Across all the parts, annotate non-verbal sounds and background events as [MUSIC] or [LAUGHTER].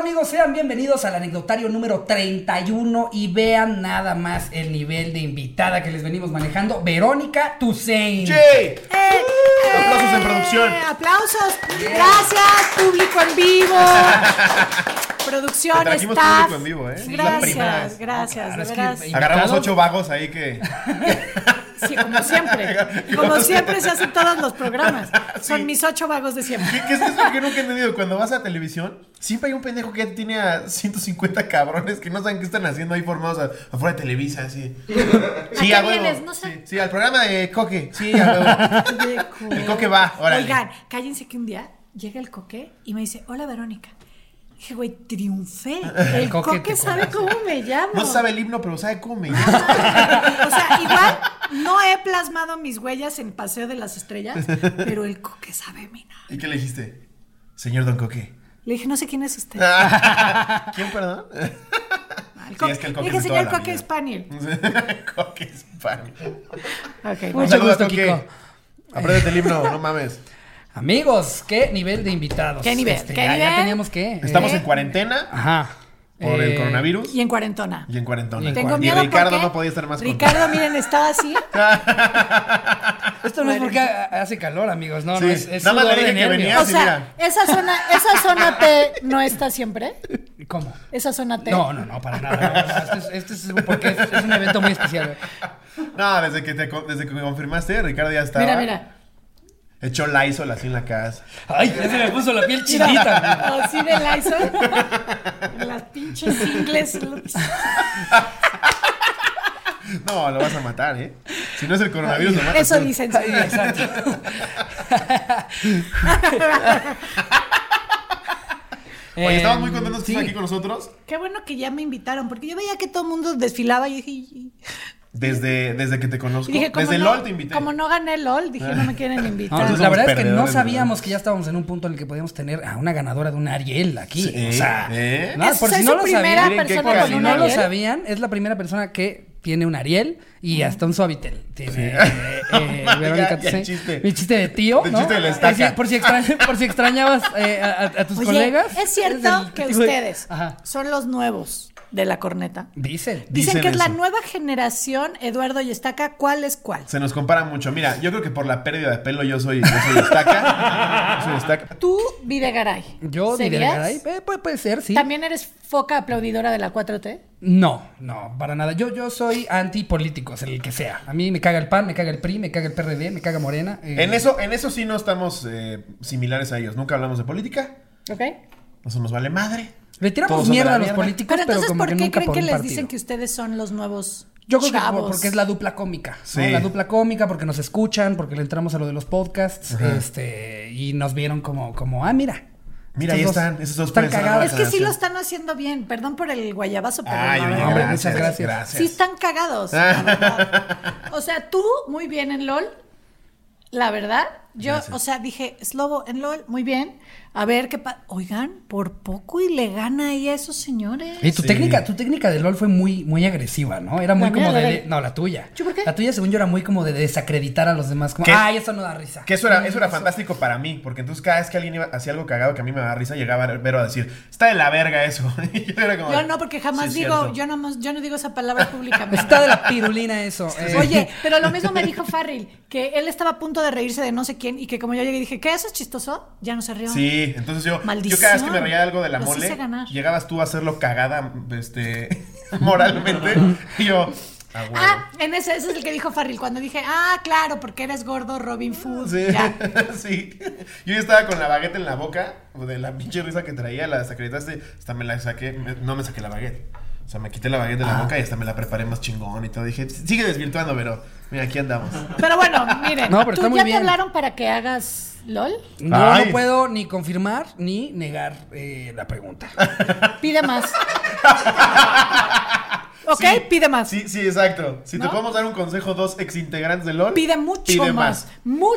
amigos? Sean bienvenidos al anecdotario número 31 y vean nada más el nivel de invitada que les venimos manejando, Verónica Tusein. ¡Che! Aplausos en producción. Eh, Aplausos. Gracias, público [LAUGHS] en vivo. producción, Trajimos staff. público en vivo, ¿eh? Sí, la primera. Gracias, gracias, Claro, Ah, de es que- veras. y- Agarramos ¿Invitados? ocho vagos ahí que. Sí, como siempre. Como siempre se hacen todos los programas. Son mis ocho vagos de siempre. ¿Qué, qué es eso que nunca he entendido? Cuando vas a televisión, siempre hay un pendejo que tiene a 150 cabrones que no saben qué están haciendo ahí formados a- afuera de Televisa, así. Sí, ¿A qué a huevo. vienes? No sé. Sí, sí, al programa de Coque. Sí, [LAUGHS] a huevo. El coque va, órale. Oigan, cállense que un día llega el coque y me dice, hola Verónica. Dije, güey, triunfé. El coque coque, te sabe cómo me llamo. No sabe el himno, pero sabe cómo me O sea, igual no he plasmado mis huellas en Paseo de las Estrellas, pero el coque sabe mi nombre. ¿Y qué le dijiste? Señor Don Coque. Le dije, no sé quién es usted. ¿Quién, perdón? [LAUGHS] el Ah, Sí, coque. es que el coque Le dije, es de toda señor la coque vida. Spaniel. coque es pan. Ok, Mucho bueno. saludo a gusto, Coque. Kiko. Apréndete el himno, no mames. Amigos, qué nivel de invitados. Este, ¿Qué nivel? ¿Qué ya, ya nivel? teníamos que. eh, Estamos en cuarentena Ajá. por el Eh, coronavirus Y en cuarentona. y en cuarentona. y en Tengo y miedo Ricardo porque no podía estar más contento. Ricardo, miren, estaba así. Esto no es porque ha- hace calor, amigos. No, Sí. no es, es Nada más sudor le de dije que nervios. venía. O sí, sea, esa zona, esa zona T no está siempre. ¿Cómo? Esa zona T. No, [LAUGHS] no, no, para nada. no, no, Este es, este es porque es, es un evento muy especial. No, desde que, te, co- desde que me confirmaste, Ricardo ya estaba. Mira, mira. Echó Lysol así en la casa. Ay, ya se me puso la piel Mira, chinita. amigo. Así de Lysol. Las pinches ingles. No, lo vas a matar, ¿eh? Si no es el coronavirus, lo matas. Eso tú. dicen. Ay, exacto. [LAUGHS] Oye, estamos muy Em, contentos que sí. estés aquí con nosotros. Qué bueno que ya me invitaron, porque yo veía que todo el mundo desfilaba y dije, y- Desde, desde que te conozco. y dije como desde no, LOL te invité. Como no gané LOL, dije, no [LAUGHS] me quieren No, invitar. Entonces la somos verdad es que no perdedores, sabíamos ¿verdad? que ya estábamos en un punto en el que podíamos tener a una ganadora de un Ariel aquí. Sí, o sea, ¿eh? no, Es- por si soy no su lo primera sabían, Miren qué persona si con un no calidad. lo Ariel. sabían, es la primera persona que tiene un Ariel y hasta un suavitel. Tiene eh, [LAUGHS] eh, Ya, Verónica ya el Tucen. chiste. Mi chiste de tío, El ¿no? chiste de la estaca. Por si- Por si, extraña- por si extrañabas eh, a, a- a tus Oye, colegas. es eres cierto el que tipo de- ustedes Ajá. son los nuevos de la corneta. Dicen. Dicen, Dicen que es la eso. nueva generación, Eduardo y Estaca, ¿cuál es cuál? Se nos compara mucho. Mira, yo creo que por la pérdida de pelo yo soy, yo [LAUGHS] soy estaca. Yo soy estaca. Tú, Videgaray. Yo diría, ¿serías? caray, eh, puede, puede ser, sí. ¿También eres foca aplaudidora de la 4T? No, no, para nada. Yo, yo soy antipolíticos, el que sea. A mí me caga el PAN, me caga el PRI, me caga el PRD, me caga Morena. eh, En eso, en eso sí no estamos eh, similares a ellos. Nunca hablamos de política. ¿Ok? Eso nos vale madre. Le tiramos Todos son de mierda la a los mierda. políticos, Pero pues, pero, entonces, como ¿por que qué nunca creen por que un les partido. dicen que ustedes son los nuevos Yo creo que chavos? por- porque es la dupla cómica. ¿no? Sí. La dupla cómica, porque nos escuchan, porque le entramos a lo de los podcasts, este, y nos vieron como, como, ah, mira. estos Mira, ahí dos están, esos dos están pueden ser cagados. Es que sí Gracias. lo están haciendo bien. Perdón por el guayabazo, pero Ay, la oye, verdad, hombre, gracias, muchas gracias. sí están [LAUGHS] cagados. la verdad. O sea, tú muy bien en LOL. La verdad, yo, o sea, dije, Slobo en LOL, muy bien. A ver qué pasa. Oigan, por poco y le gana ahí a esos señores. Y tu Sí. técnica, tu técnica de LOL fue muy, muy agresiva, ¿no? Era muy ¿La como mía, de, la de- de- No, la tuya. ¿Yo por qué? La tuya, según yo, era muy como de desacreditar a los demás. Como, ¿Qué? ay, eso no da risa. Que eso era, eso era fantástico para mí, porque entonces cada vez que alguien iba- hacía algo cagado que a mí me daba risa, llegaba Vero a decir, está de la verga eso. [LAUGHS] Y yo era como, Yo no, porque jamás "Sí, es digo, cierto". yo no, yo no digo [LAUGHS] esa palabra públicamente. Está de la pirulina eso. eh. Oye, pero lo mismo me dijo Farril, que él estaba a punto de reírse de no sé quién y que como yo llegué y dije, ¿qué eso es chistoso? Ya no se rió. Sí, entonces yo, Maldición. yo cada vez que me reía de algo de la Los mole, hice ganar. llegabas tú a hacerlo cagada, este, [LAUGHS] moralmente, y yo, "Ah, huevo". Ah, en ese, ese es el que dijo Farril, cuando dije, ah, claro, porque eres gordo, Robin Food. Sí, Ya. Pues, eh, [LAUGHS] sí. Yo ya estaba con la baguette en la boca, de la pinche risa que traía, la desacreditaste, hasta me la saqué, me- no me saqué la baguette. O sea, me quité la baguette de Ah. la boca y hasta me la preparé más chingón y todo. Dije, sigue desvirtuando, pero mira, aquí andamos. Pero bueno, miren, No, pero ¿tú está muy ya bien. te hablaron para que hagas LOL? No, Ay. no puedo ni confirmar ni [LAUGHS] negar eh, la pregunta. Pide más. Ok, pide más. Sí, sí, exacto. Si te ¿No? podemos dar un consejo, dos exintegrantes de LOL. Pide mucho pide más. Mu-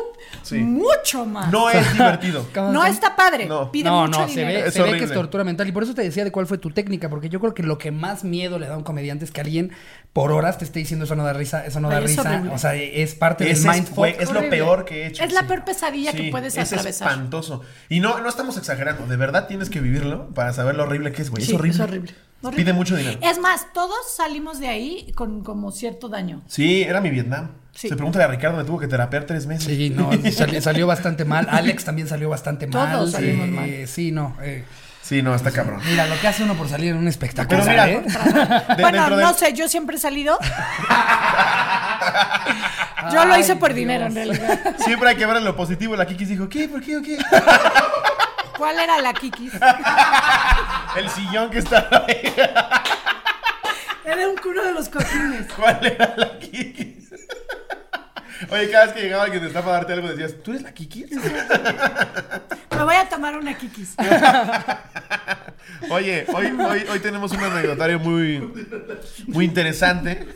Sí. Mucho más. No [LAUGHS] es divertido. ¿Cómo No se- está padre. No. Pide no, mucho no, se dinero. ve, Es se ve que horrible. es tortura mental. Y por eso te decía de cuál fue tu técnica, porque yo creo que lo que más miedo le da a un comediante es que alguien por horas te esté diciendo eso no da risa, eso no da Ay, es risa. horrible. O sea, es parte Ese del es, mindfuck. fue- es lo Horrible. peor que he hecho. Es la peor pesadilla que puedes es atravesar. espantoso. Y no, no estamos exagerando. De verdad tienes que vivirlo para saber lo horrible que es, güey. Sí, es horrible. es horrible. Horrible. Pide mucho dinero. Es más, todos salimos de ahí con como cierto daño. Sí, era mi Vietnam. Sí. Se pregunta a Ricardo, me tuvo que terapear tres meses. Sí, [LAUGHS] no, sali- salió, bastante mal. Alex también salió bastante Todos mal. salimos mal. Sí, no. eh, Sí, no, está cabrón. mira, lo que hace uno por salir en un espectáculo. Pero mira, ¿eh? de- bueno, dentro de- no sé, yo siempre he salido. yo lo Ay, hice por Dios. dinero en realidad. Siempre hay que ver en lo positivo. La Kikis dijo, ¿qué? ¿Por qué? ¿O qué? ¿Cuál era [LAUGHS] la Kikis? El sillón que estaba ahí. Era un culo de los cojines. ¿Cuál era la Kikis? Oye, cada vez que llegaba alguien te estaba a darte algo, decías, ¿tú eres la Kikis? Me voy a tomar una [LAUGHS] Kikis. Oye, hoy, hoy, hoy tenemos un anecdotario muy, muy interesante.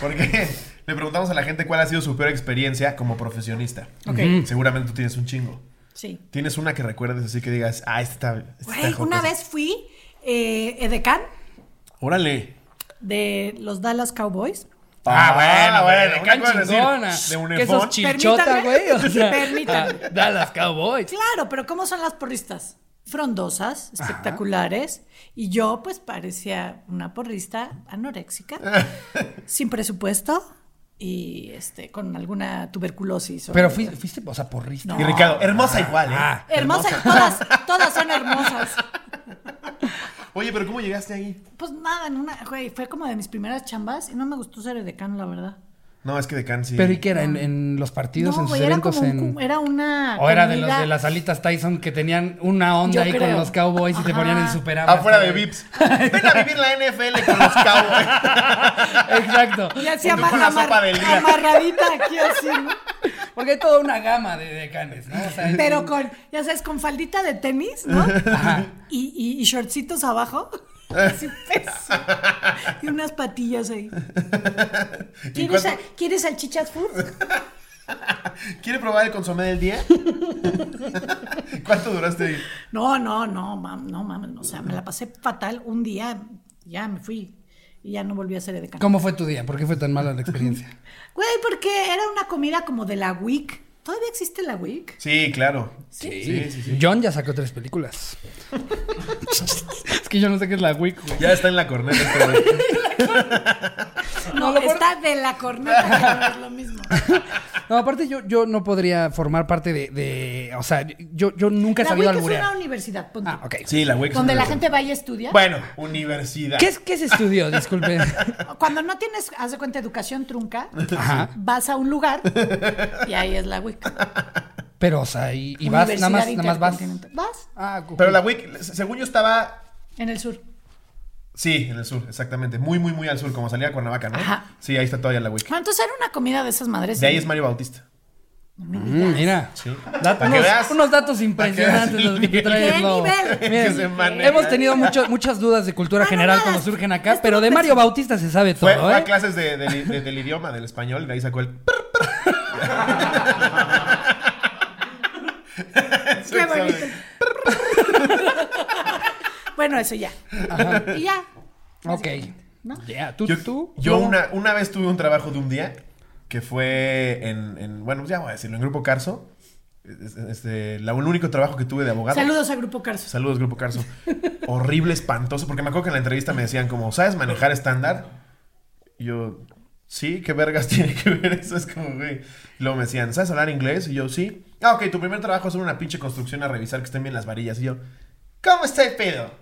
Porque le preguntamos a la gente cuál ha sido su peor experiencia como profesionista. Ok. Seguramente tú tienes un chingo. Sí. ¿Tienes una que recuerdes así que digas, ah, esta está. esta Güey, está una jocosa"? vez fui eh, edecán Órale. de los Dallas Cowboys. Ah, bueno, bueno, una can cosa es decir, chingona. "Shh", De un que esos efón. chilchota, Permítanme. güey. [LAUGHS] O sea, Permítanme. ah, Dallas Cowboys. Claro, pero ¿cómo son las porristas? Frondosas, espectaculares. Y yo, pues, parecía una porrista [LAUGHS] anoréxica, sin presupuesto y este, con alguna tuberculosis. o- Pero fui- fuiste, o sea, porrista. Y Ricardo, hermosa igual, ¿eh? Ah. Hermosa, [LAUGHS] todas, todas son hermosas. Oye, pero ¿cómo llegaste ahí? Pues nada, en una, güey, fue como de mis primeras chambas y no me gustó ser edecán, la verdad. No, es que de Can sí. Pero ¿y qué era? ¿En, en los partidos, No, en sus güey, era eventos? como un en... cu- era una. O era de, los, comida- de las alitas Tyson que tenían una onda Yo ahí con creo. los Cowboys y te Ajá. ponían en superama. Afuera Ah, de Vips. Ven a vivir la NFL con los [LAUGHS] cowboys. Exacto. Y así Con amar- una amar- sopa del día. amarradita aquí así, ¿no? Porque hay toda una gama de decanes, ¿no? O sea, es- Pero con, ya sabes, con faldita de [LAUGHS] tenis, ¿no? Y, y- y shortcitos abajo. [LAUGHS] Así, pésimo. y unas [LAUGHS] patillas ahí. ¿Y ¿Quieres, cuánto- sal- ¿quieres salchichas food? [LAUGHS] ¿Quiere probar el consomé del día? [LAUGHS] ¿Cuánto duraste ahí? No, no, no, mam, no mames. O sea, me la pasé fatal un día. Ya me fui. Y ya no volví a ser edecán. ¿Cómo fue tu día? ¿Por qué fue tan mala la experiencia? Güey, porque era una comida como de la WIC. ¿Todavía existe la WIC? Sí, claro. Sí, John ya sacó tres películas. es que yo no sé qué es la WIC, güey. Ya está en la corneta este güey. No, está de la corneta, pero es [LAUGHS] lo mismo. No, aparte yo, yo no podría formar parte de, de- o sea, yo, yo nunca he La sabido WIC es alburear. una universidad, punto. Ah, ok. Sí, la güey. que Donde se la me gente va y estudia. hace. Bueno, universidad. ¿Qué es, qué es estudio? [LAUGHS] Disculpe. Cuando no tienes, haz de cuenta, educación trunca, Ajá. vas a un lugar y ahí es la WIC. Pero, o sea, y, y vas, nada más, nada más vas. Intercontinental. Vas Ah, ok. Pero la WIC, según yo estaba. en el sur. Sí, en el sur, exactamente. Muy, muy, muy al sur, como salía a Cuernavaca, ¿no? Ajá. Sí, ahí está todavía la WIC. Bueno, entonces era una comida de esas Ah, madres. De ahí es Mario Bautista. Mm, mira. Sí. Da- Para que unos, veas. unos datos impresionantes los que tú traes, ¿Qué Lobo. [LAUGHS] nivel? Bien. [LAUGHS] Que se maneja. Hemos tenido mucho- muchas dudas de cultura Ah, general no, cuando nada. surgen acá, Esto pero no de pensé. Mario Bautista se sabe todo, Fue, fue a ¿eh? clases de- de- de- del idioma, del español, de ahí sacó el. [LAUGHS] [LAUGHS] Qué bonito. Bueno, eso ya. Y ya. Ok. ¿No? Yeah, ¿Tú, Yo, tú? yo Una, una vez tuve un trabajo de un día que fue en, en- bueno, ya voy a decirlo, en Grupo Carso. Es- es- Este, la- el único trabajo que tuve de abogado. Saludos a Grupo Carso. Saludos, Grupo Carso. Horrible, espantoso, porque me acuerdo que en la entrevista me decían como, ¿sabes manejar estándar? Y yo, sí, ¿qué vergas [LAUGHS] tiene que ver eso? Es como, güey. Y luego me decían, ¿sabes hablar inglés? Y yo, sí. Ah, ok, tu primer trabajo es hacer una pinche construcción a revisar que estén bien las varillas. Y yo, ¿cómo está el pedo?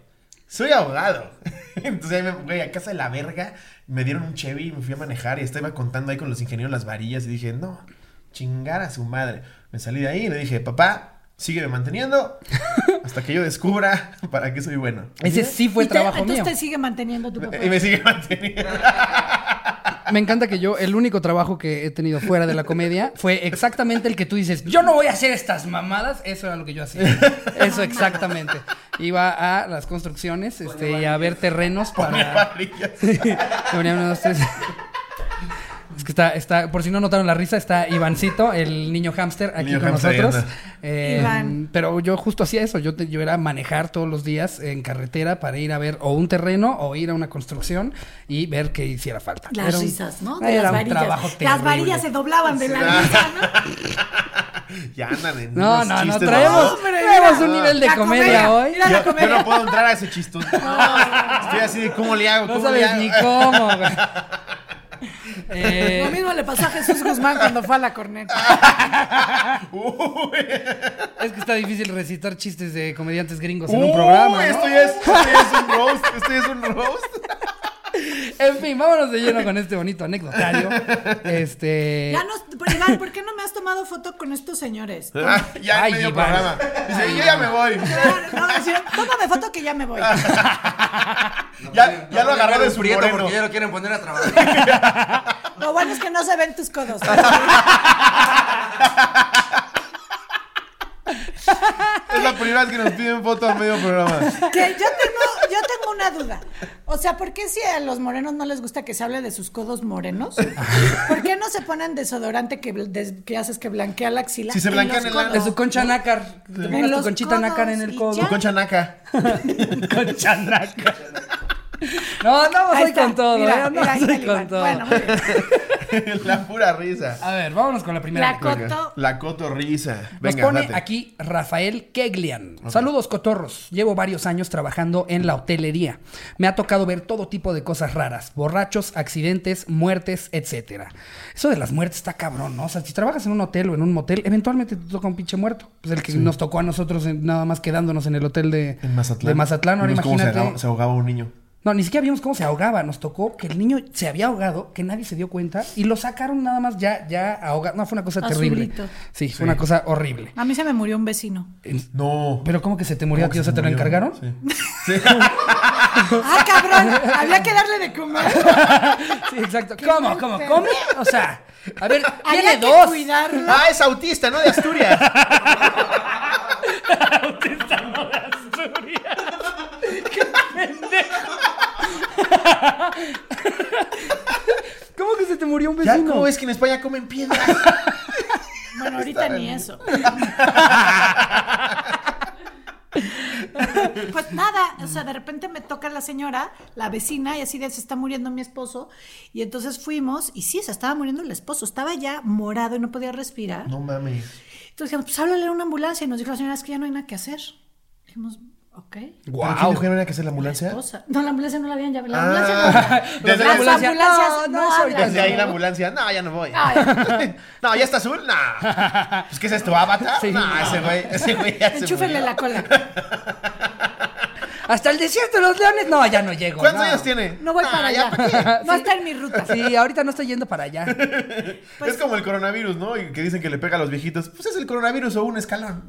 Soy abogado. [LAUGHS] Entonces, ahí me, güey, a casa de la verga, me dieron un Chevy y me fui a manejar y estaba contando ahí con los ingenieros las varillas y dije, no, chingar a su madre. Me salí de ahí y le dije, papá, [LAUGHS] sígueme manteniendo hasta que yo descubra para qué soy bueno. Ese sí fue Y te- trabajo entonces mío. te sigue manteniendo tu papá. Y me sigue manteniendo. Me encanta que yo, el único trabajo que he tenido fuera de la comedia fue exactamente el que tú dices, yo no voy a hacer estas mamadas. Eso era lo que yo hacía. Eso exactamente. Iba a las construcciones este, y a ver terrenos Ponía para. parrillas. [LAUGHS] Venía uno, dos, tres. Es que está, está, por si no notaron la risa, está Ivancito, el niño hámster, aquí Niño con hámster, ahí nosotros. anda. Eh, Iván. Pero yo justo hacía eso, yo, te- yo era manejar todos los días en carretera para ir a ver o un terreno o ir a una construcción y ver qué hiciera falta. Las Era un- risas, ¿no? era De las un varillas. trabajo Las terrible. varillas se doblaban de la risa, [LAUGHS] ¿no? Ya andan en No, unos no, no, chistes traemos, babosos. Hombre, traemos mira. un nivel de La comedia, comedia, hoy. mira la Yo, yo comedia. no puedo entrar a ese chistón. Estoy así de cómo le hago. No ¿Cómo le sabes hago? ni cómo, güey. Eh, Lo mismo le pasó a Jesús Guzmán cuando fue a la corneta. [LAUGHS] Uy. es que está difícil recitar chistes de comediantes gringos en Uy, un programa. ¿no? Esto ya es, esto ya es un roast. Esto ya es un roast. En fin, vámonos de lleno con este bonito anecdotario. Este. Ya no, pero, Iván, ¿por qué no me has tomado foto con estos señores? Ah, ya Ay, en medio Iván. programa. Dice, yo ya me voy. Claro, no, sí, tómame foto que ya me voy. Ya, ya lo agarré de su prieto moreno. porque ya lo quieren poner a trabajar. Lo bueno es que no se ven tus codos. Es la primera vez que nos piden foto a medio [LAUGHS] programa. Que yo tengo, yo tengo una duda. O sea, ¿por qué si a los morenos no les gusta que se hable de sus codos morenos? ¿Por qué no se ponen desodorante que, bl- des- que haces que blanquea la axila? Si se en blanquean los el ano. De codos? su concha nácar. Te En pongas tu los conchita nácar en el codos codo. y ya. Concha naca. [LAUGHS] concha nácar. No, no, Ahí soy está, con todo. eh, mira, no, mira, ahí soy está el con Iván. todo. Bueno, muy bien. [LAUGHS] La pura risa. A ver, vámonos con la primera. La coto. La cotorrisa. Ah, Nos Venga, pone date. aquí Rafael Keglian. Saludos, cotorros. Llevo varios años trabajando en la hotelería. Me ha tocado ver todo tipo de cosas raras: borrachos, accidentes, muertes, etcétera. Eso de las muertes está cabrón, ¿no? O sea, si trabajas en un hotel o en un motel, eventualmente te toca un pinche muerto. Pues el que nos tocó a nosotros en- nada más quedándonos en el hotel de En Mazatlán. de Mazatlán. Ahora Vimos cómo se imagínate. ahogaba- se ahogaba un niño. No, ni siquiera vimos cómo se ahogaba. Nos tocó que el niño se había ahogado, que nadie se dio cuenta y lo sacaron nada más ya, ya ahogado. No, fue una cosa terrible. Azulito. Sí, fue una cosa horrible. A mí se me murió un vecino. No. Pero ¿cómo que se te murió a ¿Cómo ti? que O sea, se ¿te lo murió? encargaron? Sí. Sí. ¡Ah, cabrón! Había que darle de comer. exacto. ¿Cómo? mal ¿Cómo? pedo. ¿Cómo? O sea, a ver, tiene [LAUGHS] Había que dos. cuidarlo. Ah, es autista, ¿no? De Asturias. [LAUGHS] ¿Cómo que se te murió un Ya, vecino? ¿cómo es que en España comen piedra? [LAUGHS] Bueno, ahorita ni eso. Pues nada, o sea, de repente me toca la señora, la vecina, y así de se está muriendo mi esposo. Y entonces fuimos, y sí, se estaba muriendo el esposo, estaba ya morado y no podía respirar. No mames. Entonces dijimos, pues háblale a una ambulancia. Y nos dijo la señora, es que ya no hay nada que hacer. Dijimos, ok. ¿Pero quién Guau. dijo que no había que hacer la ambulancia? Esposa. No, la ambulancia no la habían llamado. La Ah. ambulancia no. [LAUGHS] Desde la Las ambulancia, ambulancias no, no, no, eso ahorita hablan. Desde ahí la ambulancia, no, ya no voy. Ay. [LAUGHS] no, ya está azul, no. Pues, ¿qué es esto, Avatar? Sí. No, ese güey, ese güey ya se Enchúfenle murió. [LAUGHS] la cola. Hasta el desierto de los leones. No, ya no llego. ¿Cuántos no. años tiene? No voy Ah, para ya allá. [LAUGHS] pa' qué. No está en mi ruta. Sí, ahorita no estoy yendo para allá. Pues- es como el coronavirus, ¿no? Y que dicen que le pega a los viejitos. Pues es el coronavirus o un escalón.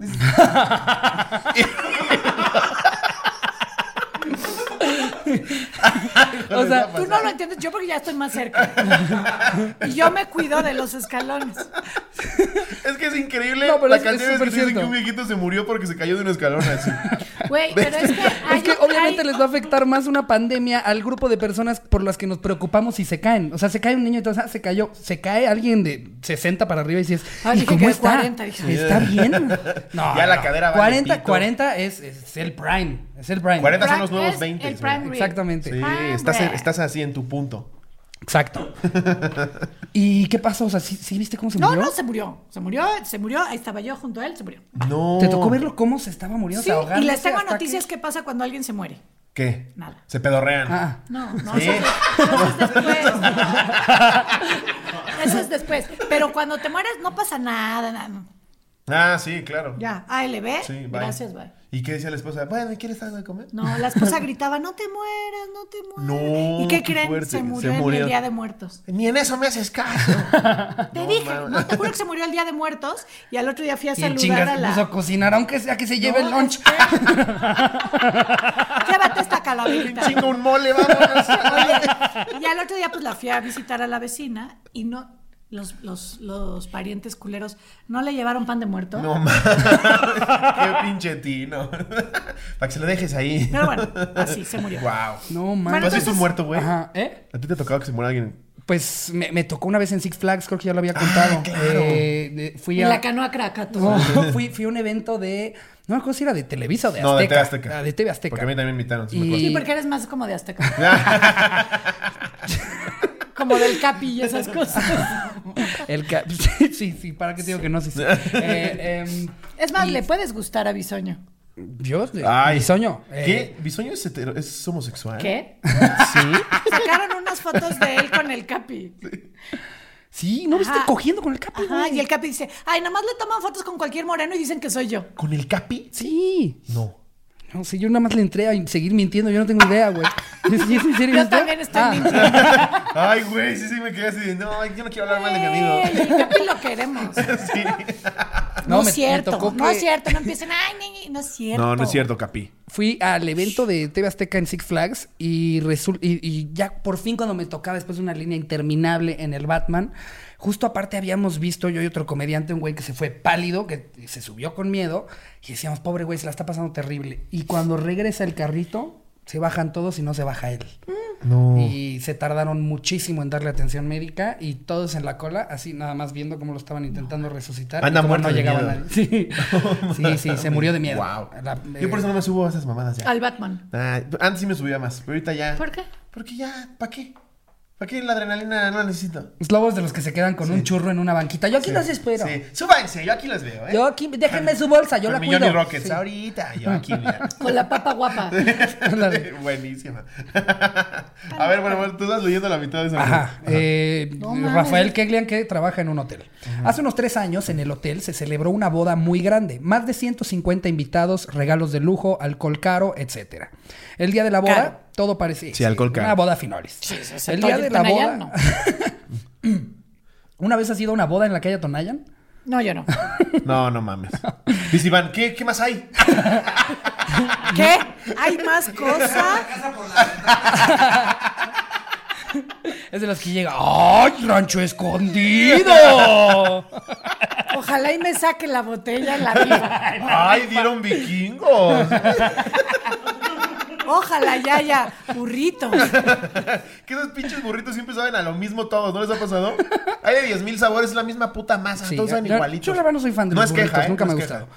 O sea, Tú pues, no lo entiendes, yo porque ya estoy más [LAUGHS] cerca. y yo me cuido de los escalones. Es que es increíble No, pero la es- cantidad es de veces súper que dicen cierto. que un viejito se murió porque se cayó de un escalón así. Güey, pero es que hay Es que un- obviamente hay- les va a afectar más una pandemia al grupo de personas por las que nos preocupamos si se caen. O sea, se cae un niño y entonces, ah, se cayó. Se cae alguien de 60 para arriba y dices, Ah, ¿y dije cómo que de está? 40, dije. ¿Está [LAUGHS] bien? No, Ya la cadera vale 40, pito. 40 es, es el prime. Es el prime. 40 son Prime los nuevos es 20. el prime rib. Exactamente. Sí, Ah, estás, hombre. estás así en tu punto. [LAUGHS] Exacto. ¿Y qué pasó? O sea, ¿sí, sí viste cómo se No, murió? no, se murió. Se murió, se murió. Ahí estaba yo junto a él, se murió. No. ¿Te tocó verlo cómo se estaba muriendo? Sí, se y ahogándose les tengo hasta noticias que... pasa cuando alguien se muere. ¿Qué? Nada. Se pedorrean. Ah. No, no, Sí. eso, es, después. eso es después. Pero cuando te mueres no pasa nada, nada. no. Ah, sí, claro. Ya, ALB. Sí, bye. gracias, bye. ¿Y qué decía la esposa? Bueno, ¿y quieres algo de comer? No, la esposa gritaba, no te mueras, no te mueras. No, ¿Y qué qué creen? fuerte, se se murió en murió. el Día de Muertos. Ni en eso me haces caso. [LAUGHS] Te dije, no, [LAUGHS] te juro que se murió el Día de Muertos y al otro día fui a Y en saludar chingas a se la... puso a cocinar, aunque sea que se lleve el lunch. Llévate esta calaverita. Chingo un mole, vámonos. [LAUGHS] Oye, y al otro día pues la fui a visitar a la vecina y no... los, los, los parientes culeros, ¿no le llevaron pan de muerto? No mames. [LAUGHS] Qué pinche tino. [LAUGHS] Para que se lo dejes ahí. Pero bueno, así se murió. Wow. [LAUGHS] No ¿Tú has mames. Bueno, visto Pues un muerto, güey? Ajá, ¿eh? ¿A ti te ha tocado que se muera alguien? Pues me, me tocó una vez en Six Flags, creo que ya lo había contado. Ah, claro. Eh, de- fui En a. la canoa Krakatoa. [LAUGHS] No, fui, fui a un evento de. No me acuerdo si era de Televisa o de Azteca. No, de TV Azteca. Ah, de TV Azteca. Porque a mí también me invitaron. sí me Y- Sí, porque eres más como de Azteca. [LAUGHS] acuerdo. [LAUGHS] Como del Capi y esas cosas. El ca- [LAUGHS] sí, sí, sí, para qué te digo que no, sí, [LAUGHS] sí. Eh, em, Es más, le puedes gustar a Bisoño. yo, de- Ay. bisoño. eh, ¿Qué? ¿Bisoño es, hetero- es homosexual? ¿Qué? [LAUGHS] Sí. Sacaron unas fotos de él con el Capi. Sí, ¿no viste Ajá. cogiendo con el capi, Ajá, güey? y el Capi dice, ay, nomás le toman fotos con cualquier moreno y dicen que soy yo. ¿Con el capi? Sí. No. No sé, yo nada más le entré a seguir mintiendo, yo no tengo idea, güey. [LAUGHS] Sí, es en serio Yo esto? también estoy Ah. mintiendo. [LAUGHS] Ay, güey, sí, sí, me quedé así. de, No, yo no quiero hablar mal de mi Ey, amigo. [LAUGHS] el Capi lo queremos. Sí. No, No, me- me es cierto, tocó no que- es cierto, no empiecen, ay, ni, ni", no es cierto. No, no es cierto, capi. Fui al evento de TV Azteca en Six Flags y, resul- y, y ya por fin cuando me tocaba después de una línea interminable en el Batman, justo aparte habíamos visto yo y otro comediante, un güey que se fue pálido, que se subió con miedo y decíamos, pobre güey, se la está pasando terrible. Y cuando regresa el carrito, se bajan todos y no se baja él. No. Y se tardaron muchísimo en darle atención médica y todos en la cola, así nada más viendo cómo lo estaban intentando resucitar. y Anda cómo muerto no de llegaba miedo. nadie. [LAUGHS] Sí. sí, sí, se murió de miedo. Wow. La- Yo por eso no me subo a esas mamadas ya. Al Batman. Ah, antes sí me subía más, pero ahorita ya. ¿Por qué? Porque ya, ¿para qué? ¿Para qué la adrenalina no la necesito? Los lobos de los que se quedan con un churro en una banquita. Yo aquí los espero. Sí, súbanse, yo aquí los veo, ¿eh? Yo aquí, déjenme su bolsa, yo Con la mi cuido. Johnny Rockets, Sí. ahorita, yo [LAUGHS] aquí, mira. [LAUGHS] Con la papa guapa. Buenísima. [LAUGHS] a ver, bueno, bueno, tú estás leyendo la mitad de esa. Ajá. Eh, No mames. Rafael Keglian que trabaja en un hotel. Hace unos tres años en el hotel se celebró una boda muy grande. Más de 150 invitados, regalos de lujo, alcohol caro, etcétera. El día de la boda, Caro. todo parecía. Sí, alcohol Una caro. boda finolis. o sea, el día de la boda. Tonayan, [CLEARS THROAT] ¿Una vez has ido a una boda en la calle Tonayan? [LAUGHS] No, yo no. No, no mames. Dice Iván, ¿qué, qué más hay? ¿Qué? ¿Hay más cosas? Es de los que llega. ¡Ay, rancho [LAUGHS] escondido! Ojalá y me saque la botella en la vida. ¡Ay, dieron vikingos! Ojalá ya haya burritos. [LAUGHS] Que esos pinches burritos siempre saben a lo mismo todos, ¿no les ha pasado? Hay de 10.000 sabores, es la misma puta masa, Sí, todos saben yo- igualitos. yo la verdad no soy fan de los burritos, ¿eh? nunca me ha gustado.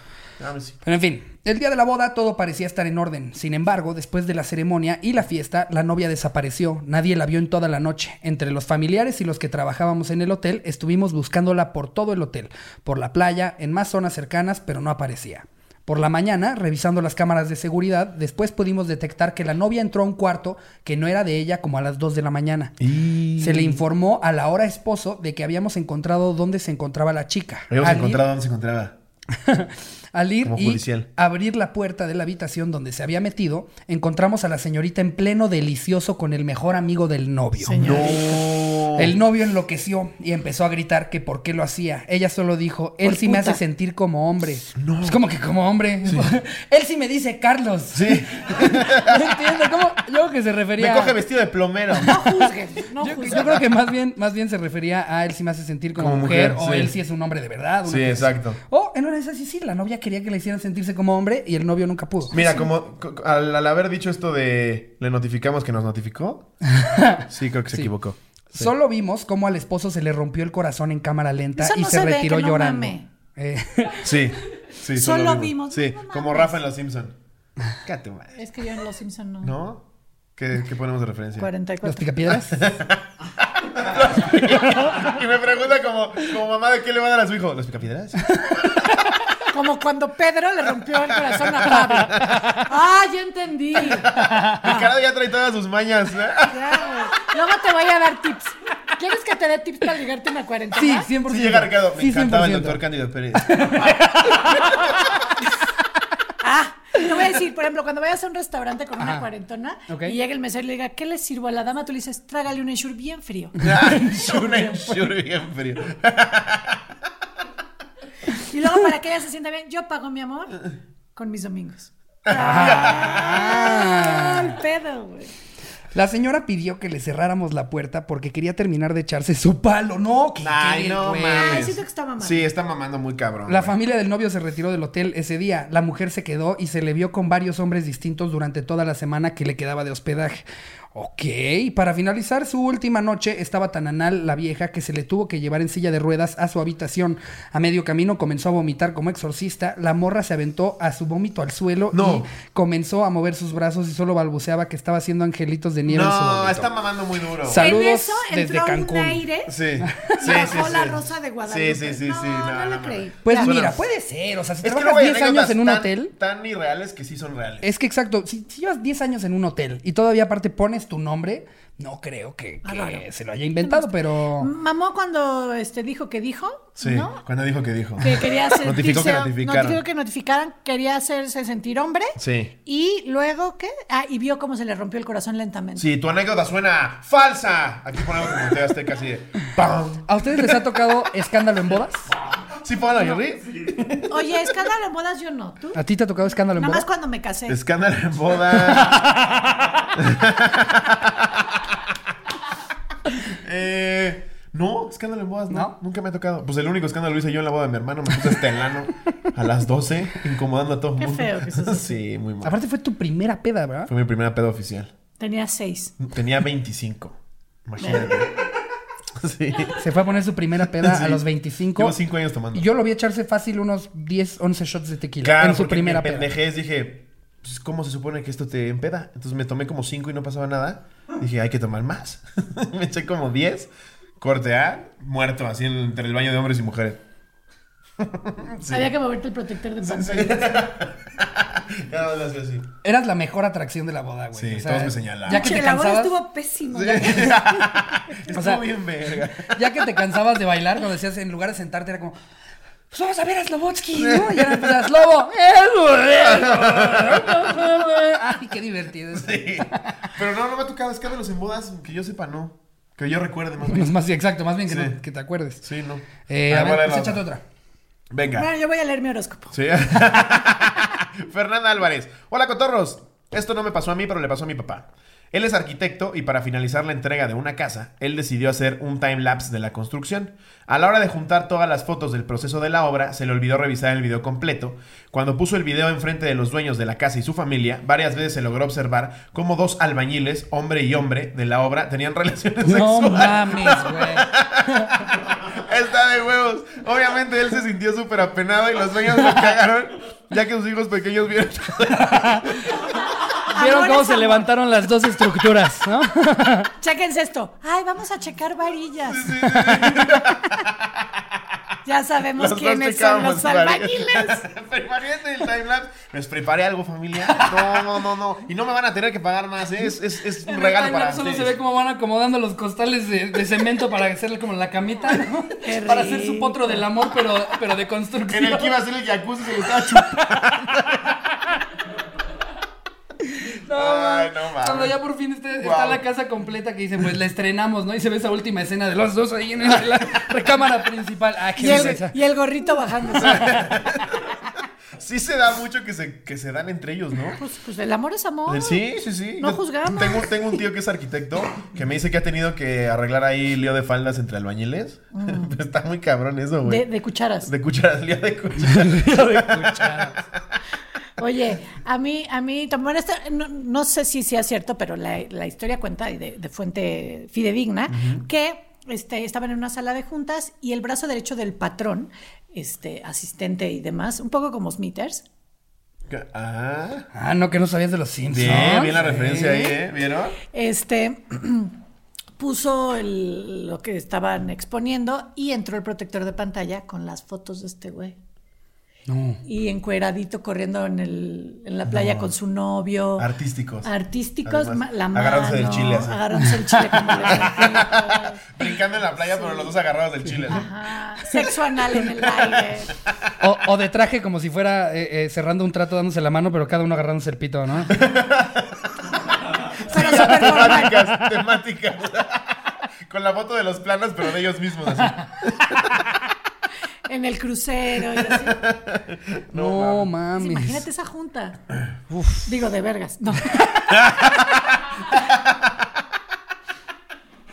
No, sí. Pero en fin, el día de la boda todo parecía estar en orden. Sin embargo, después de la ceremonia y la fiesta, la novia desapareció. Nadie la vio en toda la noche. Entre los familiares y los que trabajábamos en el hotel, estuvimos buscándola por todo el hotel, por la playa, en más zonas cercanas, pero no aparecía. Por la mañana, revisando las cámaras de seguridad, después pudimos detectar que la novia entró a un cuarto que no era de ella como a las 2 de la mañana. Se le informó a la hora esposo de que habíamos encontrado dónde se encontraba la chica. Habíamos Al ir- encontrado dónde se encontraba. Al ir Como y judicial. abrir la puerta de la habitación donde se había metido, encontramos a la señorita en pleno delicioso con el mejor amigo del novio. No. El novio enloqueció y empezó a gritar que por qué lo hacía. Ella solo dijo, él Por sí me puta. hace sentir como hombre. No. Es como que como hombre. [LAUGHS] él sí me dice Carlos. Sí. [LAUGHS] No entiendo cómo. Yo creo que se refería. Me a- coge vestido de [LAUGHS] plomero. No juzguen, no pues, yo, juzguen. yo creo que más bien, más bien se refería a él sí me hace sentir como, Como mujer, mujer, o sí. él sí es un hombre de verdad. una Sí, cosa así. exacto. O en una de esas sí, sí, la novia quería que le hicieran sentirse como hombre y el novio nunca pudo. Mira, como co- al, al haber dicho esto de le notificamos que nos [LAUGHS] notificó, sí creo que se equivocó. Solo vimos cómo al esposo se le rompió el corazón en cámara lenta Eso y no se, se ve, retiró que no llorando. mame. Eh, [LAUGHS] Sí, sí, Solo vimos. Sí, No como mames. Rafa en Los Simpson. Cállate, madre. Es que yo en Los Simpsons no. ¿No? ¿Qué, qué ponemos de referencia? ¿Los 44. picapiedras? [LAUGHS] Y me pregunta como, como mamá de qué le va a dar a su hijo. ¿Los picapiedras? Como cuando Pedro le rompió el corazón a Pablo. Ah, ya entendí. Ricardo ya trae todas sus mañas. ¿eh? Ya, güey. Luego te voy a dar tips. ¿Quieres que te dé tips para ligarte una cuarentena? Sí, 100%. Sí, llega Ricardo. Me Sí, encantaba 100%. el doctor Cándido Pérez. [LAUGHS] Ah, te voy a decir, por ejemplo, cuando vayas a un restaurante con Ajá. una cuarentona Ok. y llega el mesero y le diga, ¿qué le sirvo a la dama? Tú le dices, trágale un ensure bien frío. [LAUGHS] Un ensure bien frío. Y luego, para que ella se sienta bien, yo pago mi amor Ah. con mis domingos. ¡Ah! el pedo, güey. La señora pidió que le cerráramos la puerta porque quería terminar de echarse su palo. No, que Ay, qué no vergüenza. mames. Ay, siento que está mamando. Sí, está mamando muy cabrón. La güey. familia del novio se retiró del hotel ese día. La mujer se quedó y se le vio con varios hombres distintos durante toda la semana que le quedaba de hospedaje. Ok, para finalizar su última noche estaba tan anal la vieja que se le tuvo que llevar en silla de ruedas a su habitación. A medio camino comenzó a vomitar como exorcista, la morra se aventó a su vómito al suelo No. y comenzó a mover sus brazos y solo balbuceaba que estaba haciendo angelitos de nieve en su No, vómito. está mamando muy duro. Sa- saludos en eso desde entró Cancún. un aire. [LAUGHS] Sí. Sí, y sí, bajó sí. la rosa de Guadalupe. Sí, sí, sí, sí. No, no le mames. creí. Pues Ya. mira, Bueno. puede ser, o sea, si Es que trabajas luego hay 10 años anécdotas en un tan- hotel... Eh, Tan irreales que sí son reales. Es que exacto, si, si llevas 10 años en un hotel y todavía aparte pones tu nombre, no creo que, que se lo haya inventado, pero... Mamó cuando este, dijo que dijo, Sí, ¿no? cuando dijo que dijo. Que quería sentirse... Notificó que notificaron. notificó que notificaran, quería hacerse sentir hombre. Sí. Y luego, ¿qué? Ah, y vio cómo se le rompió el corazón lentamente. Sí, tu anécdota suena falsa. Aquí ponemos como te azteca casi de ¡pam! ¿A ustedes les ha tocado escándalo en bodas? ¿Sí, Pablo Aguirre? Oye, escándalo en bodas yo no. ¿Tú? ¿A ti te ha tocado escándalo en Nada más bodas? cuando me casé. Escándalo en [LAUGHS] boda. eh, no, escándalo en bodas, no. ¿No? Nunca me ha tocado. Pues el único escándalo lo hice yo en la boda de mi hermano. Me puse estelano a las 12, incomodando a todo el Qué mundo. feo que eso [LAUGHS] es. Sí, muy mal. Aparte fue tu primera peda, ¿verdad? Fue mi primera pedo oficial. Tenía seis. Tenía 25. [LAUGHS] Imagínate. Sí. Se fue a poner su primera peda a Sí. los 25. Llevo 5 años tomando. Y yo lo vi echarse fácil unos 10, 11 shots de tequila Claro, en su porque primera en peda. pendejez dije, pues, ¿cómo se supone que esto te empeda? Entonces me tomé como 5 y no pasaba nada. Dije, hay que tomar más. [LAUGHS] me eché como 10. Corte A, muerto, así en- entre el baño de hombres y [LAUGHS] mujeres. Sí. Había que moverte el protector de pantalla. [LAUGHS] Ya nada más le hacía así. Eras la mejor atracción de la boda, güey. Sí, todos me señalaban. Ya que Che, te la boda cansabas... estuvo pésimo. Estuvo sea- bien [LAUGHS] verga. Ya que te cansabas de bailar, cuando decías en lugar de sentarte, era como. Pues vamos a ver a Slobotsky, ¿no? Y ahora empezás, Slobo. Ay, qué divertido. es. Sí. Pero no, no me ha tocado escándalos en bodas, que yo sepa, no. Que yo recuerde [LAUGHS] más No, es bien. más, sí, exacto, más bien que, Sí. no- que te acuerdes. Sí, no. Eh, a Ahí va ver, la pues otra. échate [LAUGHS] otra. Venga. Bueno, yo voy a leer mi horóscopo. [LAUGHS] Sí. [LAUGHS] Fernanda Álvarez. Hola, cotorros. Esto no me pasó a mí, pero le pasó a mi papá. Él es arquitecto y para finalizar la entrega de una casa, él decidió hacer un time-lapse de la construcción. A la hora de juntar todas las fotos del proceso de la obra, se le olvidó revisar el video completo. Cuando puso el video enfrente de los dueños de la casa y su familia, varias veces se logró observar cómo dos albañiles, hombre y hombre, de la obra tenían [LAUGHS] relaciones No sexuales. mames, güey. Está de huevos. Obviamente él se sintió súper apenado y los dueños lo cagaron, ya que sus hijos pequeños vieron. Vieron Amor cómo es se amor. levantaron las dos estructuras, ¿no? Chéquense esto. Ay, vamos a checar varillas. [LAUGHS] Ya sabemos Los dos quiénes son checábamos los varillas. [LAUGHS] albañiles. Preparé el timelapse. Les preparé algo, familia. No, no, no, no. Y no me van a tener que pagar más. ¿eh? Es, es, es un regalo para Solo ustedes. se ve cómo van acomodando los costales de, de cemento para hacerle como la camita, ¿no? Qué Para hacer su rico. potro del amor, pero, pero de construcción. [LAUGHS] En el que iba a ser el jacuzzi se lo estaba chupando. Ay, no mames. Cuando ya por fin este- está, Guau. la casa completa que dicen, pues la estrenamos, ¿no? Y se ve esa última escena de los dos ahí en el- la [LAUGHS] recámara principal. Ah, qué Y el, belleza. [LAUGHS] y el gorrito bajándose. Sí se da mucho que se, que se dan entre ellos, ¿no? Eh, Pues, pues el amor es amor. Sí, sí, sí. No Yo juzgamos. Tengo, tengo un tío que es arquitecto que me dice que ha tenido que arreglar ahí lío de faldas entre albañiles. [LAUGHS] Está muy cabrón eso, güey. Mm. De, De, de cucharas. cucharas, [LAUGHS] lío de [LAUGHS] cucharas. Oye, a mí, a mí, bueno, esto no, no sé si sea cierto, pero la, la historia cuenta y de, de fuente fidedigna que este, estaban en una sala de juntas y el brazo derecho del patrón, este, asistente y demás, un poco como Smithers, ah, Ah, no, que no sabías de los Simpsons. bien, bien la Sí. referencia ahí, ¿eh? ¿Vieron? este, [CLEARS THROAT] puso el- lo que estaban exponiendo y entró el protector de pantalla con las fotos de este güey. No. Y encueradito corriendo en, el, en la playa con su novio. Artísticos. Artísticos, Además, ma- la mano. agarrándose del chile, así. Agarrándose el chile. [LAUGHS] como le decía. Brincando en la playa, pero los dos agarrados del chile. ¿no? Ajá. Sexo anal en el aire. O, o de traje como si fuera eh, eh, cerrando un trato dándose la mano, pero cada uno agarrándose el pito, [LAUGHS] ¿no? Pero súper formal. Temáticas, temáticas. [LAUGHS] Con la foto de los planos, pero de ellos mismos. Así. En el crucero. y así. No, Sí, mames. imagínate esa junta. Digo, de vergas. No.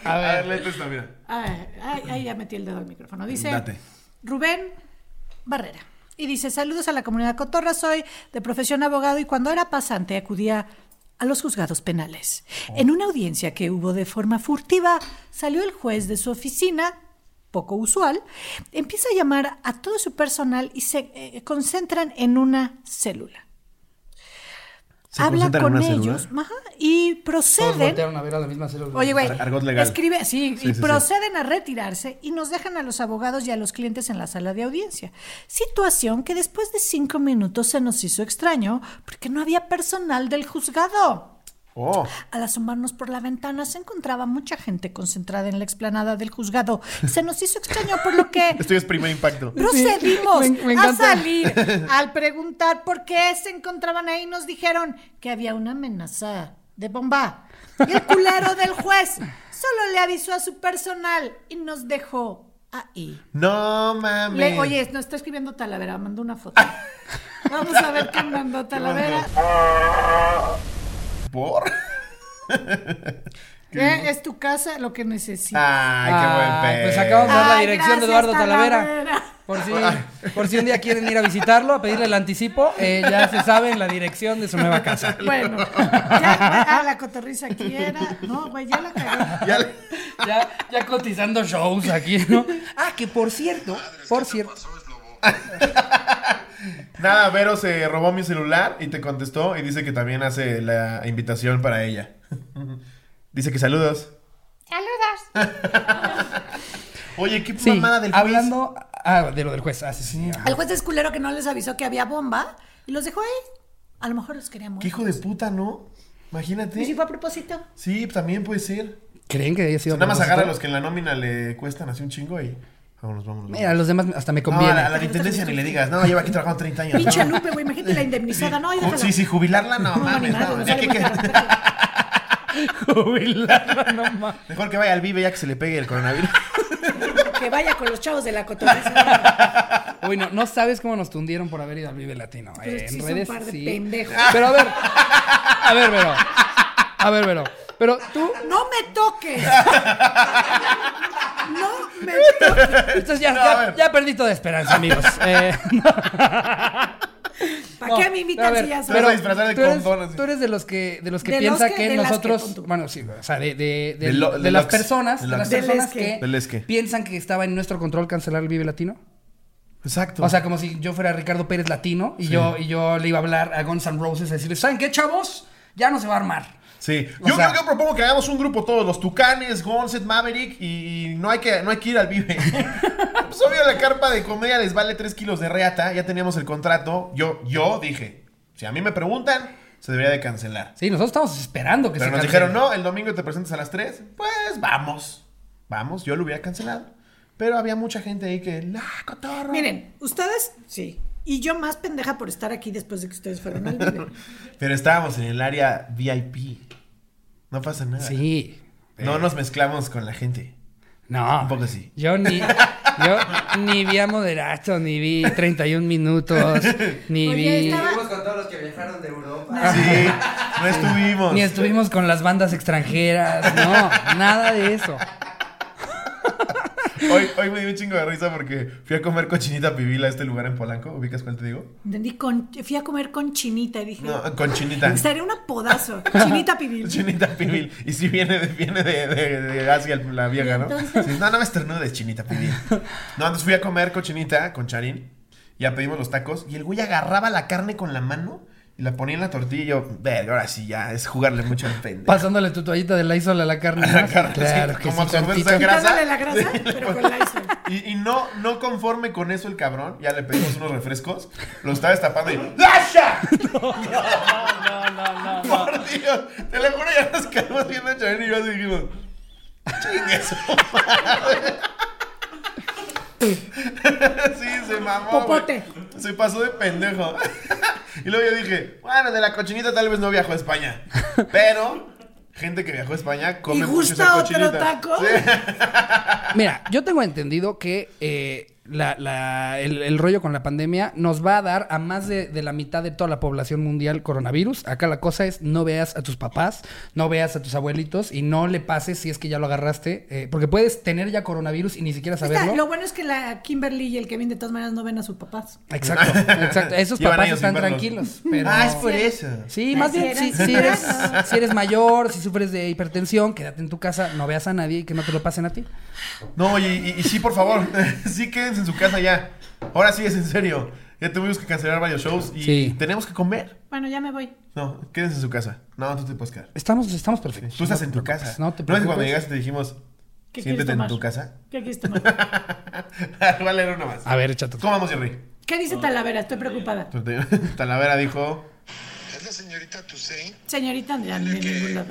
A ver, léete esta, mira. Ay, Ah, ay, ay, ya metí el dedo al micrófono. Dice Date. Rubén Barrera. Y dice, saludos a la comunidad cotorra, soy de profesión abogado y cuando era pasante acudía a los juzgados penales. Oh. En una audiencia que hubo de forma furtiva, salió el juez de su oficina, poco usual, empieza a llamar a todo su personal y se eh, concentran en una célula. ¿Se Habla concentran en con una célula? ellos ajá, y Todos proceden voltearon a ver a la misma célula. Oye, güey, Ar- argot legal. escribe, sí, Sí, y sí, sí. proceden a retirarse y nos dejan a los abogados y a los clientes en la sala de audiencia. Situación que después de cinco minutos se nos hizo extraño porque no había personal del juzgado. Oh. Al asomarnos por la ventana se encontraba mucha gente concentrada en la explanada del juzgado. Se nos hizo extraño por lo que Esto es primer impacto. Procedimos Sí, me- me a encanta. salir. [LAUGHS] Al preguntar por qué se encontraban ahí, nos dijeron que había una amenaza de bomba. Y el culero del juez solo le avisó a su personal y nos dejó ahí. No Le- mames. oye, no está escribiendo Talavera, mandó [LAUGHS] una foto. Vamos a ver qué mandó Talavera. ¿Por? Eh, es tu casa lo que necesitas. Ay, qué buen Ay, pedo. Pues acabamos de dar Ah, la Ay, dirección de gracias, Eduardo Talavera. [LAUGHS] Talavera. Por si, por si un día quieren ir a visitarlo, a pedirle el anticipo, eh, ya se saben la dirección de su nueva casa. Bueno, ya, ah, la cotorriza aquí era. No, güey, ya la cagó. Ya le- Ya, ya cotizando shows aquí, ¿no? Ah, que por cierto, por cierto. Nada, Vero se robó mi celular y te contestó y dice que también hace la invitación para ella. [LAUGHS] dice que saludos. Saludos. Oye, qué Sí, mamada del juez. hablando ah, de lo del juez. Ah, sí, sí, ajá. Al juez es culero que no les avisó que había bomba y los dejó ahí. A lo mejor los quería Qué morir. hijo de puta, ¿no? Pues ¿Y si Imagínate. fue a propósito? Sí, también puede ser. ¿Creen que haya sido Nada más propósito? agarra a los que en la nómina le cuestan así un chingo y vámonos, vámonos. Mira, a los demás hasta me No, conviene. a la, a la de intendencia ni le digas, no, lleva aquí trabajando 30 años. Pinche no. Lupe, güey, imagínate la indemnizada, ¿no? Ju- Ay, déjala. Oh, Sí, sí, jubilarla, no, No, ni mames. madre, no, me ya sale que- más caro. [LAUGHS] Jubilarla, no mames. Mejor que vaya al vive ya que se le pegue el coronavirus. Que vaya con los chavos de la cotorriza. Uy, no, no sabes cómo nos tundieron por haber ido al Vive Latino. Pero Eh, sí en son redes un par de sí. pendejos. Pero a ver, a ver, pero. A ver, pero. Pero [LAUGHS] tú, ¡No me toques! ¡No me toques! entonces ya, No, ya- a ver. ya perdí toda esperanza, amigos. Eh, no, ¿Para qué me a invitan ver, si ya pero Te vas a sabes? disfrazar de tú eres- condón, así. Tú eres de los que, de los que De los piensa que- que, de las que, nosotros. pon tú. bueno, sí, o sea, de, de- de- De lo- de de las los- personas, de de los- las Del personas esque. que, Del esque. piensan que estaba en nuestro control cancelar el Vive Latino. Exacto. O sea, como si yo fuera Ricardo Pérez Latino y, yo, y yo le iba a hablar a Guns N' Roses a decirle, ¿saben qué, chavos? Ya no se va a armar. Sí. O Yo, sea- yo- yo propongo que hagamos un grupo todos, los Tucanes, Gonset, Maverick, y no hay que, no hay que ir [LAUGHS] al Vive. pues obvio la carpa de comedia les vale 3 kilos de reata, ya teníamos el contrato. Yo, yo dije, si a mí me preguntan, se debería de cancelar. Sí, nosotros estamos esperando que se Pero nos cancele. dijeron, no, el domingo te presentas a las 3, pues vamos. Vamos, yo lo hubiera cancelado. Pero había mucha gente ahí que, la cotorra. Miren, ustedes, sí. Y yo más pendeja por estar aquí después de que ustedes [LAUGHS] fueron al vive. [LAUGHS] Pero estábamos en el área VIP. No pasa nada. Sí. No nos mezclamos con la gente. No. Un poco sí. Yo ni, yo ni vi a Moderato, ni vi 31 minutos, ni Oye, vi... estaba- con todos los que viajaron de Europa. Sí, no estuvimos. Ni estuvimos con las bandas extranjeras, [LAUGHS] no, nada de eso. Hoy, hoy me dio un chingo de risa porque fui a comer cochinita pibil a este lugar en Polanco. ¿Ubicas cuál te digo? Entendí, con- fui a comer con chinita y dije, No, con chinita. estaría un apodazo. Chinita pibil. Chinita pibil. Y si viene, de- viene de, de- de Asia la vieja, ¿no? Sí, no, no me estornudes, chinita pibil. No, antes fui a comer cochinita con Charín. Ya pedimos los tacos. Y el güey agarraba la carne con la mano y la ponía en la tortilla. Y yo, verga, ahora sí ya es jugarle mucho al pendejo. Pasándole tu toallita de la a la carne. ¿no? La carne, claro, sí, que como sí, absorber tantito. esa grasa. Quitándole la grasa, pero con Lysol. Y, y no, no conforme con eso el cabrón, ya le pedimos unos refrescos, lo estaba destapando y ¡Ah, ¡Lasha! No, no, no, no. Por Dios, te lo juro, ya nos quedamos viendo a Chabelo y yo así dijimos, "Chingue su madre". [LAUGHS] Sí, se mamó. güey. Popote. Se pasó de pendejo. [LAUGHS] Y luego yo dije, bueno, de la cochinita tal vez no viajó a España. Pero, gente que viajó a España [LAUGHS] come ¿Y mucho gusta esa otro cochinita. taco? Sí. Mira, yo tengo entendido que eh, la- la- el, el rollo con la pandemia nos va a dar a más de, de la mitad de toda la población mundial coronavirus. Acá la cosa es no veas a tus papás, no veas a tus abuelitos y no le pases si es que ya lo agarraste, eh, porque puedes tener ya coronavirus y ni siquiera Está- saberlo. lo bueno es que la Kimberly y el Kevin de todas maneras no ven a sus papás. Exacto, exacto. Esos Llevan papás años están sin verlos. tranquilos. Pero... Ah, es por eso. Sí, más bien, Nacieron si, si sin eres, verlo. si eres mayor, si sufres de hipertensión, quédate en tu casa, no veas a nadie y que no te lo pasen a ti. No, y, y- y sí, por favor, [LAUGHS] sí quédense en su casa ya. Ahora sí es en serio. Ya tuvimos que cancelar varios shows y Sí. tenemos que comer. Bueno, ya me voy. No, quédense en su casa. No, tú te puedes quedar. Estamos, estamos perfectos. Tú estás No te en tu preocupes, casa. No te ¿No es que preocupes. cuando llegaste te dijimos, ¿Qué siéntete quieres en tomar? tu casa? [LAUGHS] Ah, ¿Qué quieres tomar? vale, era una más. A ver, chato. ¿Cómo vamos, Jerry? [LAUGHS] ¿Qué dice Talavera? Estoy preocupada. Talavera dijo, Es la señorita Toussaint, Señorita, ya ni en ningún que lado.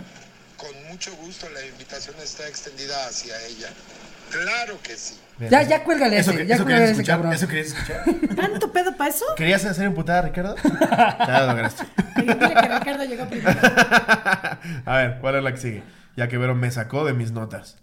con mucho gusto la invitación está extendida hacia ella. Claro que sí. Ya, ya cuélgale a eso, ese, que- ya eso cuélgale a querías ese escuchar, cabrón. eso querías escuchar. ¿Tanto pedo para eso? ¿Querías hacer emputada [LAUGHS] a Ricardo? Ya lo lograste. Dile que Ricardo llegó primero. [LAUGHS] A ver, ¿cuál es la que sigue? Ya que Vero me sacó de mis notas.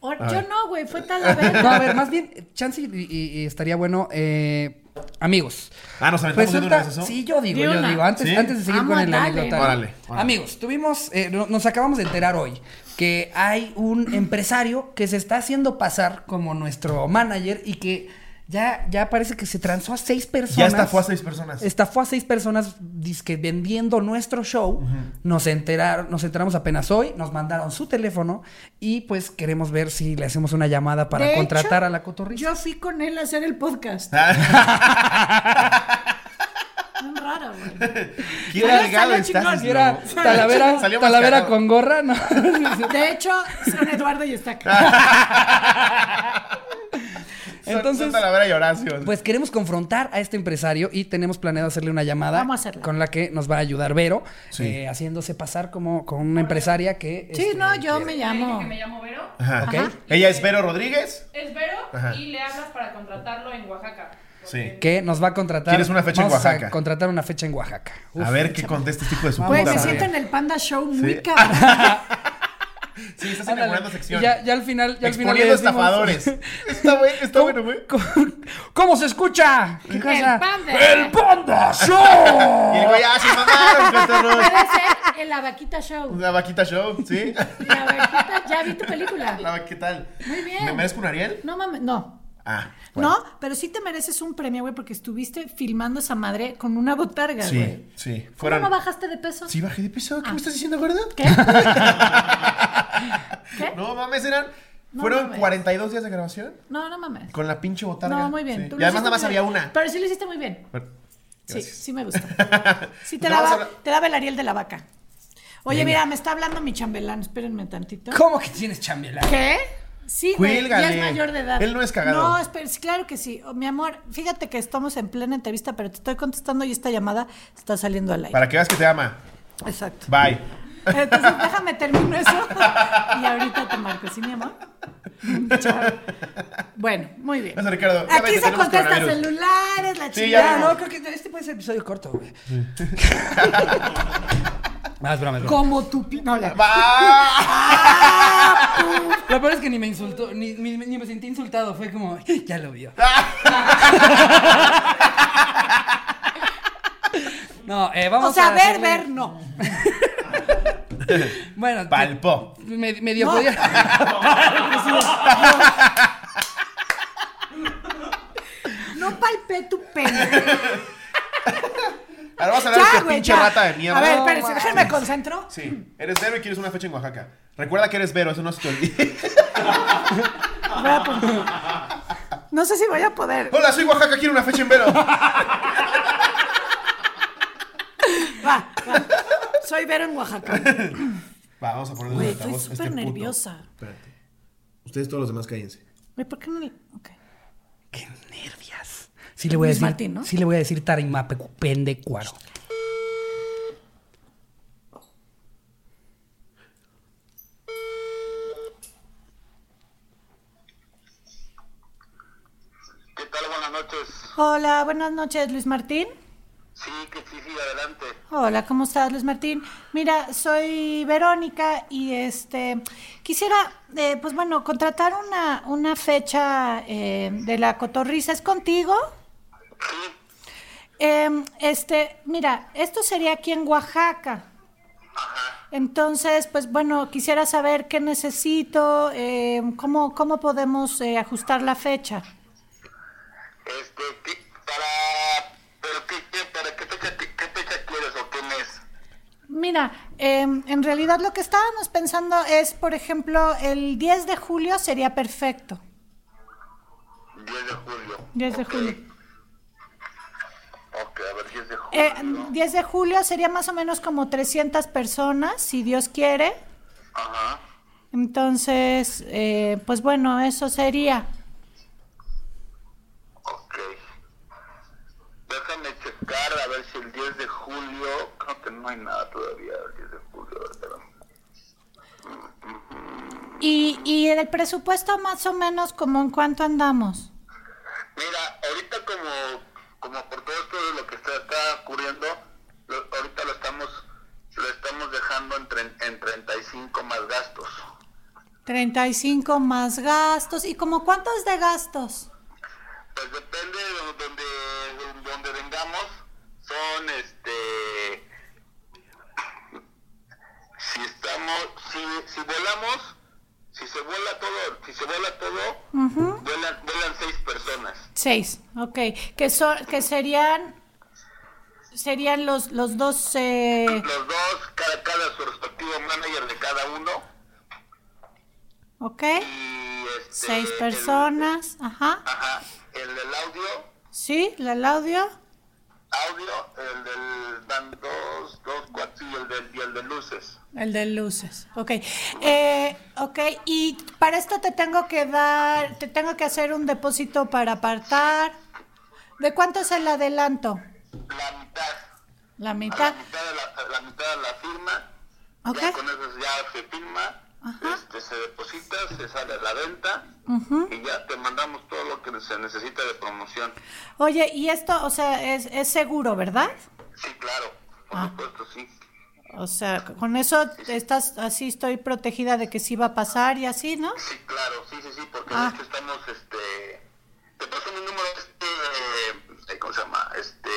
O- A yo ver. no, güey, fue No, a Talavera. ver, más bien, chance y, y- y estaría bueno, eh, amigos. Ah, ¿nos aventamos de una Resulta, vez eso? sí, yo digo, De yo una. Ah, digo, antes, ¿Sí? antes de seguir Vamos con a el darle. anécdota. Órale, órale. Amigos, tuvimos, eh, no- nos acabamos de enterar hoy que hay un empresario que se está haciendo pasar como nuestro manager y que ya, ya parece que se transó a seis personas. Ya estafó a seis personas. Estafó a seis personas dizque vendiendo nuestro show. Nos enteraron, nos enteramos apenas hoy, nos mandaron su teléfono y pues queremos ver si le hacemos una llamada para De hecho, contratar a la cotorrilla. Yo fui con él a hacer [LAUGHS] el podcast. Ah. Bien raro, [LAUGHS] güey. ¿Quién Salió- delgado salió estás? chingón. Si era [LAUGHS] Snow? Talavera, Salió más Talavera cagado. con gorra, [LAUGHS] no. De hecho, son Eduardo y está Ah. acá. [LAUGHS] Son- Entonces- son Talavera y Horacio. Pues queremos confrontar a este empresario y tenemos planeado hacerle una llamada Vamos a hacerla. con la que nos va a ayudar Vero, Sí. eh, haciéndose pasar como con una empresaria que... Sí, este, no, yo me llamo. que me llamo Vero. Ajá. Ajá. Ok. Ella es Vero Rodríguez. Es Vero Ajá. y le hablas para contratarlo en Oaxaca. Sí. Que nos va a contratar... ¿Quieres una fecha en vamos a Oaxaca? contratar una fecha en Oaxaca. Uf. a ver qué contesta este hijo de su Vamos Güey, puta. me a madre. siento en el Panda Show Sí. muy cabrón. Sí, estás Ándale. inaugurando sección. Y Ya, ya al final, ya al final. le Exponiendo decimos- pues, estafadores. [LAUGHS] está bueno, está bueno, güey. [LAUGHS] ¿Cómo, cómo se escucha? ¿Qué cosa? Panda. ¡El Panda Show! [LAUGHS] Y el güey, ah, se mamaron, cotorros. Puede ser el La Vaquita Show. La vaquita show, ¿sí? La Vaquita, ya vi tu La película. vaquita. Muy bien. ¿Me merezco un Ariel? No mames, no. Ah. No, pero sí te mereces un premio, güey, porque estuviste filmando esa madre con una botarga, güey. Sí, sí. ¿Cómo Fueron. no bajaste de peso? Sí, bajé de peso. ¿Qué me estás diciendo, gordo? [LAUGHS] ¿Qué? ¿Qué? No mames, eran. No fueron mames. 42 días de grabación No, no mames. con la pinche botarga. No, muy bien. Sí. tú Y lo además nada hiciste más muy había bien. una. Pero sí lo hiciste muy bien. Bueno, [LAUGHS] Sí, gracias. sí [LAUGHS] me gusta. Sí, te, Pues la vamos a va, hablar- te daba el Ariel de la vaca. Oye, mira, me está hablando mi chambelán, espérenme tantito. ¿Cómo que tienes chambelán? ¿Qué? Sí, güey, ya Cuélgale. es mayor de edad. Él no es cagado. No, espera, sí, claro que sí. Oh, mi amor, fíjate que estamos en plena entrevista, pero te estoy contestando y esta llamada está saliendo al aire. Para que veas que te ama. Exacto. Bye. Entonces, déjame termino eso y ahorita te marco, ¿sí, mi amor? Chao. Bueno, muy bien. Gracias, Ricardo. Ya ves Aquí que se tenemos contesta coronavirus. celulares, la Sí, chingada. Ya, vimos. no, creo que este puede ser episodio corto, [LAUGHS] güey. Ah, es broma, es broma. Como tu... pi- No, la... Bye. [LAUGHS] Lo peor es que ni me insultó, ni, ni- ni me sentí insultado. Fue como, ya lo vio. [LAUGHS] no, eh, vamos O sea, a ver, hacerle- ver, no. Bueno, Palpó. me- medio No. podía. No palpé tu pene. Ahora vamos a hablar de Ya, este güey, pinche ya. rata de mierda. A ver, No, espérense, mames. déjenme concentro. Sí, eres Vero y quieres una fecha en Oaxaca. Recuerda que eres Vero, eso no se te olvide. [LAUGHS] Voy a poner- No sé si voy a poder. Hola, soy Oaxaca, quiero una fecha en Vero. Va, va. Soy Vero en Oaxaca. Va, vamos a ponerle Güey, un estoy altavoz a este súper puto. nerviosa. Espérate. Ustedes todos los demás cállense. Güey, ¿por qué no le.? ok. [LAUGHS] Qué nervias. Sí le voy a Luis decir, Martín, ¿no? sí le voy a decir tarimape pendecuaro. ¿Qué tal? Buenas noches. Hola, buenas noches, Luis Martín. Sí, que sí, sí, adelante. Hola, ¿cómo estás, Luis Martín? Mira, soy Verónica y este quisiera, eh, pues bueno, contratar una, una fecha eh, de la cotorriza. ¿Es contigo? Em, este, mira, esto sería aquí en Oaxaca. Entonces, pues bueno, quisiera saber qué necesito, eh, cómo, cómo podemos eh, ajustar la fecha. Este, ¿qué- para, pero qué, qué- para qué fecha, qué, qué fecha quieres o qué mes? Mira, eh, en realidad lo que estábamos pensando es, por ejemplo, el 10 de julio sería perfecto. 10 de julio. 10 de Ok. julio. Ok, a ver, 10 de julio. Eh, 10 de julio sería más o menos como 300 personas, si Dios quiere. Ajá. Entonces, eh, pues bueno, eso sería. Ok. Déjame checar a ver si el 10 de julio. Creo que no hay nada todavía el 10 de julio. pero- Y, y el presupuesto más o menos, como en cuánto andamos? Mira, ahorita como, como por todo esto de lo que está, está ocurriendo, lo- ahorita lo estamos lo estamos dejando en, tre- en 35 más gastos. 35 más gastos. ¿Y como cuánto es de gastos? Pues depende de donde, donde vengamos, son este... Si estamos, si, si volamos, si se vuela todo, si se vuela todo, vuelan, vuelan seis personas. Seis, ok. Que, son, que serían, serían los, los dos... eh, Los dos, cada, cada su respectivo manager de cada uno, ok. y este... Seis el- personas. Ajá. Ajá, el del audio, Sí, la- el audio. audio, el del dan dos, dos, cuatro y el del, y el de luces. El de luces. Ok. Eh, ok. Y para esto te tengo que dar, te tengo que hacer un depósito para apartar. ¿De cuánto es el adelanto? La mitad, La a mitad. la mitad de la, a la mitad de la firma, Ok. ya con eso ya se firma, Ajá. este, se deposita, se sale a la venta Ujú. y ya te mandamos todo lo que se necesita de promoción. Oye, y esto, o sea, es, es seguro, ¿verdad? Sí, claro, por Ah. supuesto, sí. O sea, con eso estás, así estoy protegida de que sí va a pasar y así, ¿no? Sí, claro, sí, sí, sí, porque Ah. de hecho estamos, este, te paso mi número, este, eh, ¿cómo se llama? Este,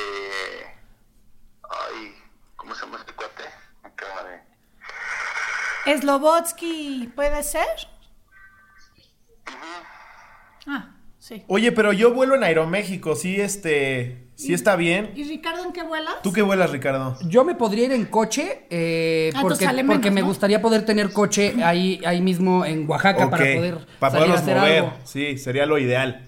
ay, ¿cómo se llama este cuate? Me acaba de- Slobotsky, ¿puede ser? Ah, sí. Oye, pero yo vuelo en Aeroméxico, sí, este. Sí está bien. ¿Y Ricardo en qué vuelas? ¿Tú qué vuelas, Ricardo? Yo me podría ir en coche eh, porque, Ah, entonces sale menos, porque me ¿no? gustaría poder tener coche ahí, ahí mismo en Oaxaca para Ok, poder para salir a podernos hacer mover. algo. Sí, sería lo ideal.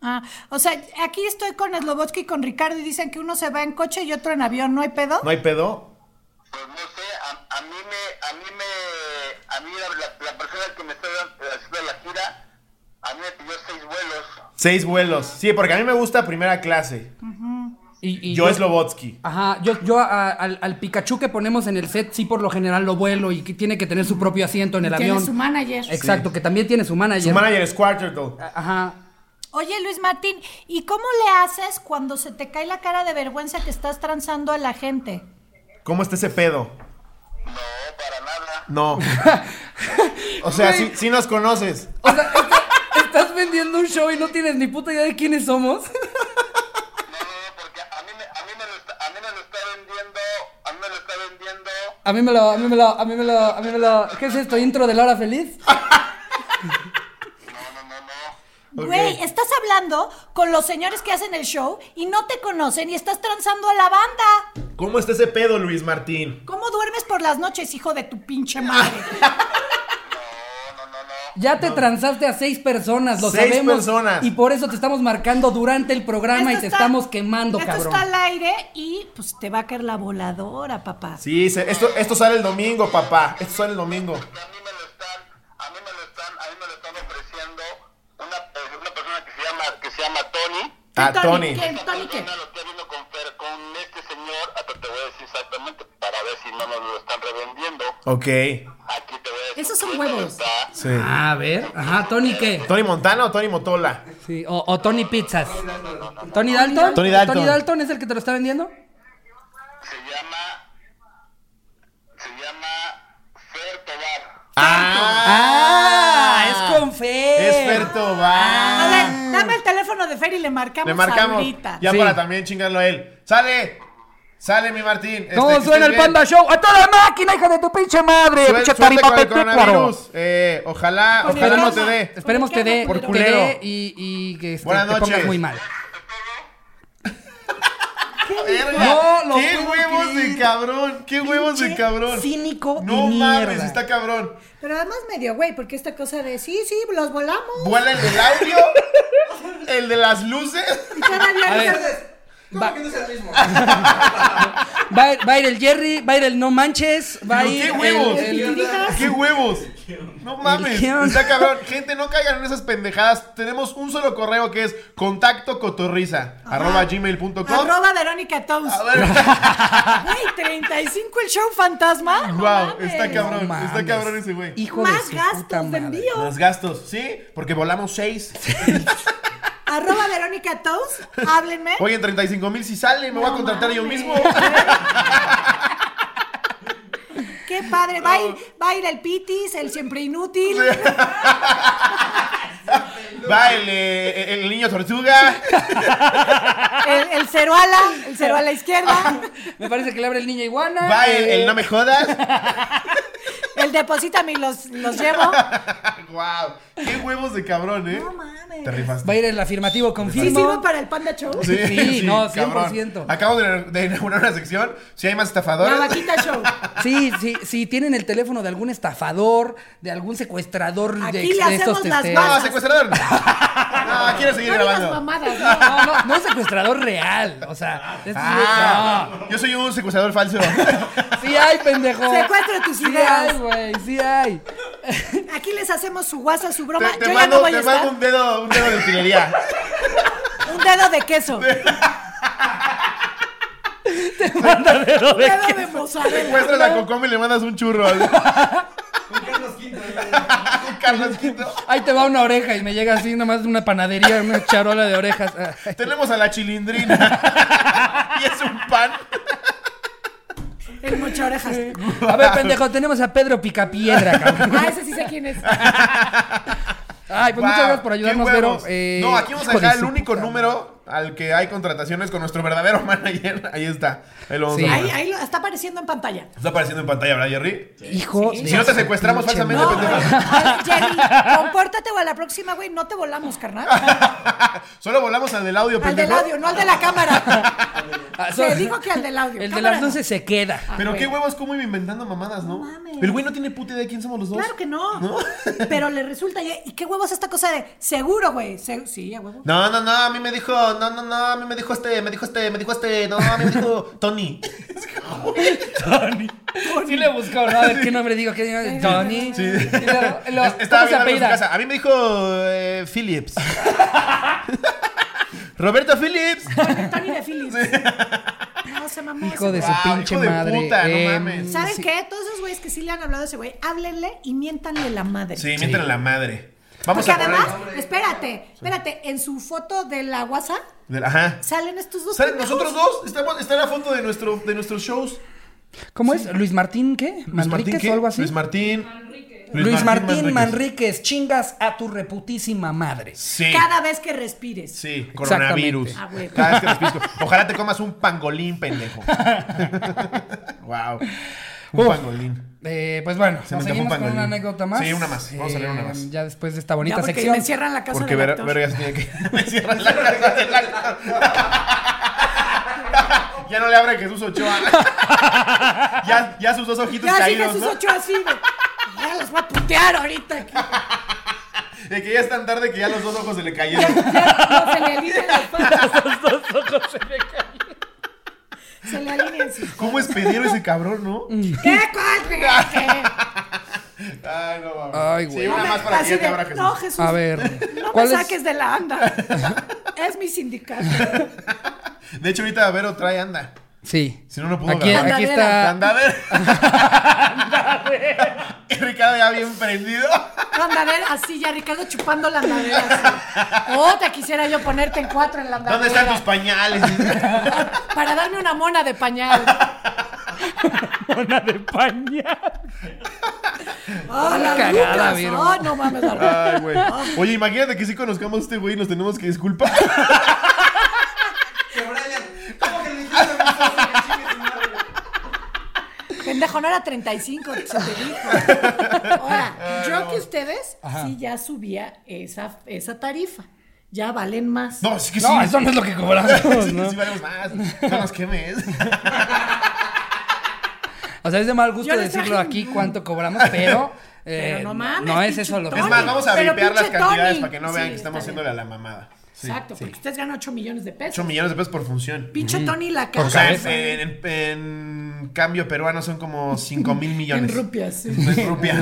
Ah, o sea, aquí estoy con Slobotsky y con Ricardo y dicen que uno se va en coche y otro en avión, ¿no hay pedo? ¿No hay pedo? Pues no sé, a, a mí me, a mí me, a mí la, la- la persona que me está dando- haciendo la gira, a mí me pidió seis vuelos. Seis vuelos. Sí, porque a mí me gusta primera clase. Y, y Yo es Lobotsky. Ajá, yo, yo a- al, al Pikachu que ponemos en el set, sí por lo general lo vuelo y que tiene que tener su propio asiento en el Tiene avión. su manager. Exacto, que también tiene su manager. Su manager es Quarterto. Ajá. [LAUGHS] Oye, Luis Martín, ¿y cómo le haces cuando se te cae la cara de vergüenza que estás transando a la gente? ¿Cómo está ese pedo? No, para nada. [LAUGHS] No. O sea, sí, sí nos conoces. O sea, está- estás vendiendo un show y no tienes ni puta idea de quiénes somos. [LAUGHS] No, no, no, porque a mí me, a mí me lo está, a mí me lo está vendiendo, a mí me lo está vendiendo. A mí me lo, a mí me lo, a mí me lo, a mí me lo. ¿Qué es esto? ¿Intro de la hora feliz? No, no, no, no. Güey, estás hablando con los señores que hacen el show y no te conocen y estás transando a la banda. ¿Cómo está ese pedo, Luis Martín? ¿Cómo duermes por las noches, hijo de tu pinche Ah, madre? [LAUGHS] No, no, no, no. Ya te transaste a seis personas, lo Seis sabemos. personas. Y por eso te estamos marcando durante el programa y Esto te está- estamos quemando, esto cabrón. está al aire y pues te va a caer la voladora, papá. Sí, se- esto, esto sale el domingo, papá. Esto sale el domingo. que a mí me lo están, a mí me lo están, a mí me lo están ofreciendo una, eh, una persona que se llama, que se llama Tony. ¿Qué, A Ah, Tony. ¿Qué, Esta Tony, qué? persona lo está viendo con, Fer- con este señor, hasta te voy a decir exactamente para ver si no nos lo están revendiendo. Ok. Aquí te voy a decir. Esos son quién huevos. Está. Sí. A ver, ajá, Tony qué? ¿Tony Montana o Tony Motola? Sí, o, o Tony Pizzas. ¿Tony Dalton? Tony Dalton. es el que te lo está vendiendo? Ah, Ah. es con Fer. Es Fer A Tobar. ver, dame el teléfono de Fer y Ah, le marcamos, Ah, Le marcamos. ahorita. Ya Sí. para también chingarlo a él. ¡Sale! ¡Sale mi Martín! No, Este, que suena estés el bien. Panda Show. ¡A toda máquina, hija de tu pinche madre! Suel- ¡Pinche suerte con el taripapetúcuaro! coronavirus. Eh, ojalá, Con ojalá el no te karma. dé. Esperemos te dé, Por te culero. dé y, y que este, Buenas te pongas noches. muy mal. Verga. No, lo ¡Qué puedo huevos creer. de cabrón! ¡Qué huevos de Pinche cabrón! cínico y No mames, mierda. está cabrón. Pero además medio güey, porque esta cosa de sí, sí, los volamos. Vuela el del audio, el de las luces. Y todavía A no ver. se- ¿Cómo Va- que no es el mismo? Va, a ir- va a ir el Jerry, va a ir el No Manches, va a Pero ir qué huevos. el- el- Titirijas. Ah, ¡Qué huevos! No mames, ¿Qué onda? está cabrón. Gente, no caigan en esas pendejadas. Tenemos un solo correo que es contactocotorriza, arroba gmail.com. Arroba Verónica Toms. A ver, Güey, 35 el show fantasma. No wow, mames. está No cabrón, mames. está cabrón ese güey. Hijo de Más su puta gastos de madre. envío. [LAUGHS] Los gastos, ¿sí? Porque volamos seis. Arroba Verónica Toast, háblenme. Oye, en 35 mil si sale, me voy a No contratar yo mames. mismo. [LAUGHS] Qué padre. Va a, ir, va a ir el Pitis, el siempre inútil. Va el, eh, el niño tortuga. El, el Ceruala, el Ceruala Ah. izquierda, Me parece que le abre el niño iguana. Va el, eh, el no me jodas. [LAUGHS] el deposítame y los, los [LAUGHS] llevo. wow, qué huevos de cabrón, ¿eh? No mames. Te rifaste. Va a ir el afirmativo ¿Sí sirvo confirmo. para el Panda Show? Sí, no, 100%. cabrón. Acabo de, de inaugurar una sección. Si hay más estafadores. La vaquita show. Sí, sí, sí, tienen el teléfono de algún estafador, de algún secuestrador Aquí de, le de estos hacemos las testeos. No, bases. secuestrador. No, No, quiero Ah, seguir No digas grabando. mamadas, no. No, [LAUGHS] no, no es secuestrador real. O sea, de estos- no. Ah, yo soy un [LAUGHS] secuestrador falso. Sí hay, pendejo. Secuestro tus sí ideas. hay, güey, sí hay. Aquí les hacemos su guasa, su broma. Te, te Yo ya mando, no voy a te estar. mando un dedo, un dedo [LAUGHS] de utilería. Un dedo de [LAUGHS] queso. Mandadero Un de- dedo de mozzarella. Secuestras a Cocom y le mandas un [LAUGHS] churro. A Con Carlos Quinto. Carlos Quinto. Ahí te va una oreja y me llega así nomás de una panadería, una charola de orejas. Ay, Tenemos a [LAUGHS] la chilindrina. y es un pan. Pues El mucha orejas. A ver, pendejo, tenemos a Pedro [LAUGHS] Picapiedra, cabrón. Ah, ese sí sé quién es. Ay, pues muchas Wow, gracias por ayudarnos, qué Vero. huevos. Eh, no, aquí vamos a hijo de dejar el su único puta número al que hay contrataciones con nuestro verdadero [LAUGHS] manager. Ahí está. Ahí lo vamos Sí. a Ahí, poner. ahí lo- está apareciendo en pantalla. Está apareciendo en pantalla, ¿verdad, Jerry? madre. Hijo. de Si no te su secuestramos pinche falsamente, No, madre. pendejo. güey. Jerry, compórtate o a la próxima, güey, no te volamos, Ah, carnal. [LAUGHS] Solo volamos al del audio, Al del pendejo. audio, no al de la cámara. [LAUGHS] Ah, Se son- dijo que al del audio. El de Cámara las no. 12 se queda. Pero güey. qué huevos, cómo iba inventando mamadas, ¿no? No mames. El güey no tiene puta idea de quién somos los dos. Claro que no. ¿No? Pero le resulta, y y qué huevos esta cosa de seguro, güey. se- sí, a huevo. No, no, no, a mí me dijo, no, no, no, a mí me dijo este, me dijo este, me dijo este, no, a mí me [LAUGHS] dijo Tony. Tony. Sí le buscó, ¿no? A ver, ¿qué nombre digo? ¿Qué digo? Tony. Sí. Es- Estaba viendo algo en su casa. A mí me dijo eh, Phillips. [LAUGHS] Roberto Phillips. Tony de Phillips. No, se mamó. Hijo se de su mamó. Wow, pinche hijo de madre. puta, no Eh, mames. ¿Saben sí. qué? Todos esos güeyes que sí le han hablado a ese güey, háblenle y miéntanle la madre. Sí, mienten la madre. Vamos Porque a poner. además, espérate, espérate, en su foto de la WhatsApp Del- Ajá. salen estos dos. ¿Salen pendejos. nosotros dos? Estamos, está la foto de, nuestro, de nuestros shows. ¿Cómo es? ¿Luis Martín qué? Luis Martín, ¿Manríquez ¿qué? o algo así? Luis Martín. Luis, Martín, Manríquez. Manrique. chingas a tu reputísima madre. Sí. Cada vez que respires. Sí, coronavirus. Ah, güey. Cada vez que respiro. Ojalá te comas un pangolín, pendejo. [LAUGHS] wow. Un Uf. pangolín. Eh, pues bueno, Se nos me antojó seguimos un con pangolín. una anécdota más. Eh, Sí, una más. Vamos a leer una más. Ya después de esta Ya, bonita porque sección. me encierran la casa Porque del Vera, actor. Vera ya se tiene que. [LAUGHS] [LAUGHS] Me cierra la casa del actor. ya no le abre Jesús Ochoa. [LAUGHS] ya, ya sus dos ojitos Ya sí caídos, Jesús ¿no? ocho así, güey. Ya los voy a putear ahorita. De que ya es tan tarde que ya los dos ojos se le cayeron. Ya no se le alinean las [LAUGHS] patas. se le [LAUGHS] alinean sus ¿Cómo es pedero ese cabrón, no? ¿Qué cuál, güey? ¿Qué? Ay, no mames. Ay, güey. Sí, una No más me- para que así ya te de, abra Jesús. No, Jesús. A ver, No me ¿cuál es? saques de la anda. Es mi sindicato. De hecho, ahorita Vero trae anda. Sí. Si no, no pudo Aquí, grabar. aquí Andadera. está. [LAUGHS] Andadera. Y [LAUGHS] Ricardo ya bien prendido. La andadera, así ya Ricardo chupando la andadera. Así. Oh, te quisiera yo ponerte en cuatro en la andadera. ¿Dónde están tus pañales? Para darme [LAUGHS] una mona de pañal. Una de pañal. Ah, la cagada, Lucas. Vero. Ah, no mames, Arturo. Ay, güey. Oye, imagínate que si conozcamos a este güey y nos tenemos que [LAUGHS] disculpar. Que Brian, ¿cómo que le dijiste a mi esposa que chingue su madre? Pendejo, no era 35, se te dijo. Ahora, yo que ustedes Ajá. sí ya subía esa, esa tarifa. Ya valen más. No, es que sí. No, eso no es lo que cobramos. [LAUGHS] Sí, ¿no? sí valemos más. No nos quemes. O sea, es de mal gusto Yo les decirlo traje- aquí cuánto cobramos, pero. eh, [LAUGHS] Pero no mames, No es pinche eso lo que. Tony. Es más, vamos a Pero vipear las pinche cantidades Tony. para que no Sí, vean que está estamos bien. haciéndole a la mamada. Sí. Exacto, porque ustedes ganan 8 millones de pesos. 8 millones de pesos por función. Pinche Tony la O sea, caga. en, en- en cambio peruano son como 5 mil millones. [LAUGHS] En rupias. [LAUGHS] sí. En rupias.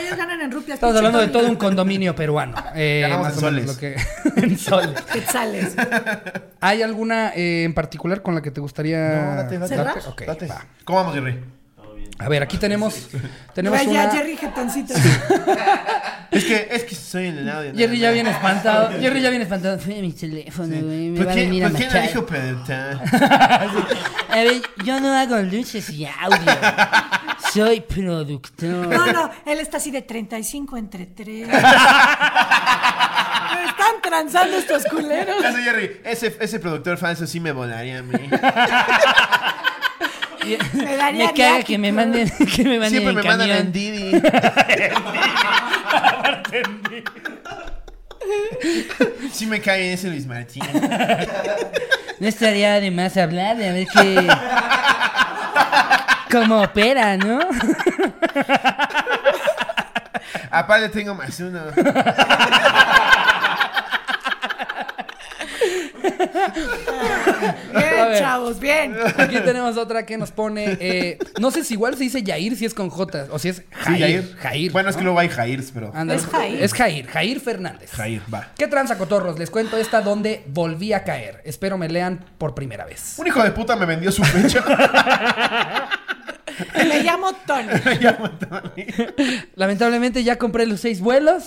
Ellos ganan en rupias. Estamos pinche hablando de Tony. todo un condominio [LAUGHS] peruano. Eh, Ganamos más en o menos soles. lo que- [LAUGHS] en soles. Quetzales. ¿Hay alguna eh, en particular con la que te gustaría.? No, date, date. [LAUGHS] ¿Cerrar? Ok, Date. va. ¿Cómo vamos, Jerry? A ver, aquí tenemos. tenemos Vaya, una... Jerry Jetoncito. Es que, es que soy en el audio. Jerry ya viene [LAUGHS] espantado. Jerry ya viene espantado. Sí, mi teléfono, güey. Me ¿Por va a qué, venir a ¿por qué no matar. pues dijo pedeta? [LAUGHS] A ver, yo no hago luces y audio. Soy productor. [LAUGHS] No, no, él está así de 35 entre 3. Están transando estos culeros. [LAUGHS] Ya sé, Jerry, ese, ese productor falso sí me volaría [LAUGHS] a mí. [LAUGHS] Me daría me caga ñaqui, que me manden, [LAUGHS] que me manden Siempre en me mandan camión. en [LAUGHS] Didi. Sí me cae ese Luis Martín. No estaría de más hablar, a ver qué. Cómo opera, ¿no? Aparte tengo más uno. A Bien, ver. chavos, bien. Aquí tenemos otra que nos pone. eh, no sé si igual se dice Yair si es con J o si es Jair. Jair. Ah. Bueno, es que luego hay Jairs, pero... Ándale. Es Jair. Es Jair, Jair Fernández. Jair, va. ¿Qué tranza, cotorros? Les cuento esta donde volví a caer. Espero me lean por primera vez. Un hijo de puta me vendió su pecho. [LAUGHS] Me llamo Tony. Lamentablemente ya compré los seis [LAUGHS] vuelos.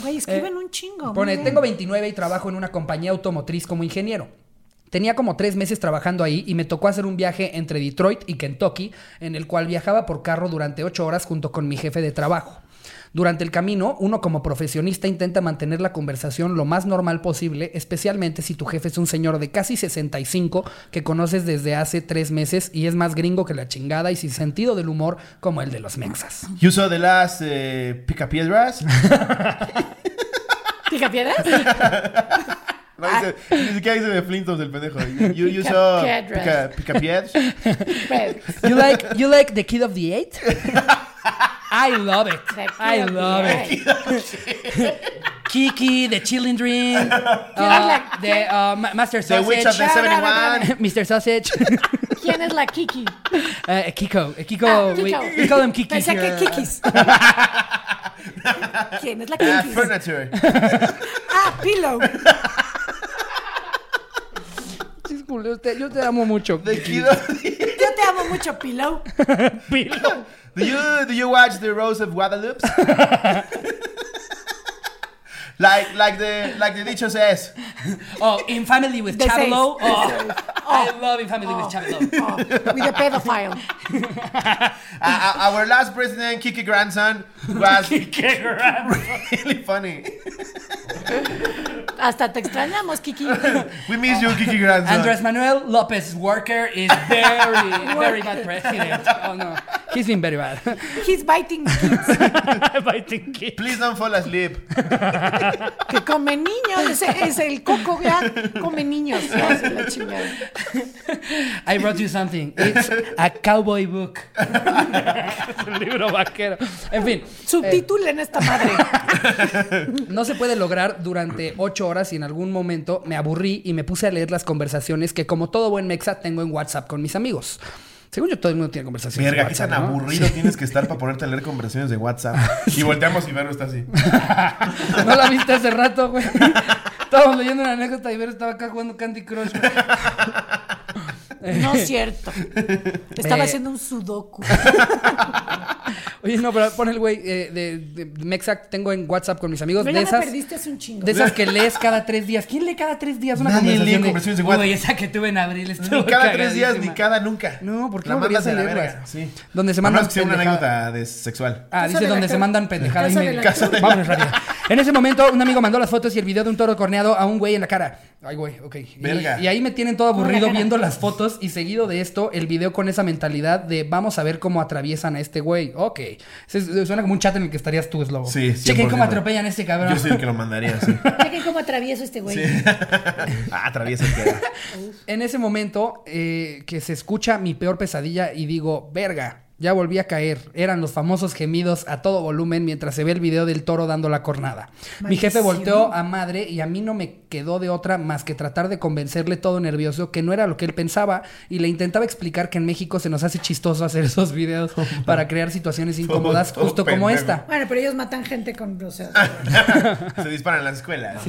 Güey, escriben un chingo. Oh, muy Eh, Pone, bien. tengo 29 y trabajo en una compañía automotriz como ingeniero. Tenía como tres meses trabajando ahí y me tocó hacer un viaje entre Detroit y Kentucky, en el cual viajaba por carro durante ocho horas junto con mi jefe de trabajo. Durante el camino, uno como profesionista intenta mantener la conversación lo más normal posible, especialmente si tu jefe es un señor de casi 65 que conoces desde hace tres meses y es más gringo que la chingada y sin sentido del humor como el de los mexas. Y uso de las eh, picapiedras. ¿Pica piedras? No, dice- Ni siquiera dice de Flintstones el pendejo. You, you uso pica, Picapiedras. picapiedras. Red. You like you like the kid of the eight? I love it. The kid I of the love it. eight. Kiki, the children, uh, habla? the uh, Ma- Master The Witch of Sausage, [LAUGHS] the 71. Mr. Sausage, [LAUGHS] uh, ¿Quién es la Kiki? Kiko, uh, Kiko. Ah, we, Kiko. we call them Kiki Pensé here. Ah, que Kikis. ¿Quién es la Ah, Kiki? furniture. Ah, Pillow. Sí, Julio, te- Yo te amo mucho. The kid of the- Yo te amo mucho, Pillow. Pilo. [LAUGHS] Do you do you watch the Rose of Guadalupe? like like the like the dicho says. Oh, in family with The seis. Chabelo. Oh, I Oh. love in family with [LAUGHS] Chabelo. Oh, with a pedophile. Uh, our last president, Kiki Grandson, was really funny. Hasta te extrañamos, Kiki. We miss you, Kiki Grandson. Andres Manuel López Worker is [LAUGHS] very, very bad president. Oh no, he's been very bad. He's biting kids. [LAUGHS] Please don't fall asleep. Que come niños. Ese es el coco, ya. Come niños. Ya, se la chingada. I brought you something. It's a cowboy book. es un [LAUGHS] libro vaquero. En fin, Subtitulen esta madre. no se puede lograr durante ocho horas y en algún momento me aburrí y me puse a leer las conversaciones que como todo buen mexa tengo en WhatsApp con mis amigos. Según yo, todo el mundo tiene conversaciones. Verga, en qué WhatsApp, tan ¿no? aburrido tienes que estar para ponerte a leer conversaciones [LAUGHS] de WhatsApp. Y volteamos y Vero está así. No la viste hace rato, güey. Estábamos leyendo una anécdota y Vero estaba acá jugando Candy Crush. güey. No es cierto. Estaba Eh. haciendo un sudoku. Oye, no, pero pon el güey eh, de, de Mexac, tengo en WhatsApp con mis amigos. Pero de ya me esas, perdiste hace un chingo. De esas que lees cada tres días. ¿Quién lee cada tres días una Nadie lee conversación? de- conversaciones de WhatsApp. Güey, esa que tuve en abril estuvo Ni cada tres días, ni cagadísima. cada nunca. No, ¿por qué La no mandas deberías a la de leerlas? verga, sí. Donde se A mandan menos que sea una pendejadas. anécdota de sexual. Ah, Casa dice de la donde se Cruz. mandan pendejadas. Casa y de me- la Cruz. Vámonos rápido. En ese momento, un amigo mandó las fotos y el video de un toro corneado a un güey en la cara. Ay, güey, ok. Y, Verga. y ahí me tienen todo Con la aburrido cara. viendo las fotos y seguido de esto, el video con esa mentalidad de vamos a ver cómo atraviesan a este güey. Ok. Se- Suena como un chat en el que estarías tú, Slobo. Sí, Chequen cómo 100%. atropellan a este cabrón. Yo soy el que lo mandaría, [LAUGHS] sí. Chequen cómo atravieso este güey. Sí. ah, atraviesa [LAUGHS] el que Pues. En ese momento eh, que se escucha mi peor pesadilla y digo, verga, ya volví a caer. Eran los famosos gemidos a todo volumen mientras se ve el video del toro dando la cornada. Mi jefe Maldición. volteó a madre y a mí no me quedó de otra más que tratar de convencerle todo nervioso que no era lo que él pensaba y le intentaba explicar que en México se nos hace chistoso hacer esos [LAUGHS] videos para crear situaciones incómodas todo justo como pendejo. esta. Bueno, pero ellos matan gente con. O sea, Se disparan en las escuelas.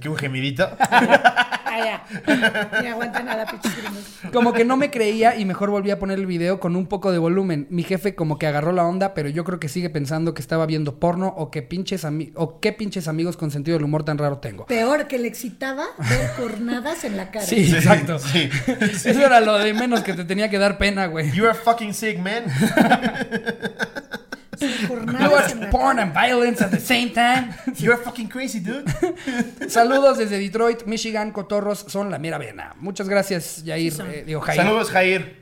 ¿Qué un gemidito? allá. ah, Ni aguanta nada, pinches gringos. Como que no me creía y mejor volví a poner el video con un poco de volumen. Mi jefe como que agarró la onda, pero yo creo que sigue pensando que estaba viendo porno o que pinches ami- o qué pinches amigos con sentido del humor tan raro tengo. Peor que le excitaba ver cornadas en la cara. Sí, exacto. sí. [LAUGHS] Eso era lo de menos que te tenía que dar pena, güey. You are fucking sick, man. Sí, You cornadas watch en la porn cara. and violence at the same time. You are fucking crazy, dude. Saludos desde Detroit, Michigan. Cotorros son la mera vena. Muchas gracias, Yair. eh, digo, Jair. Saludos, Jair.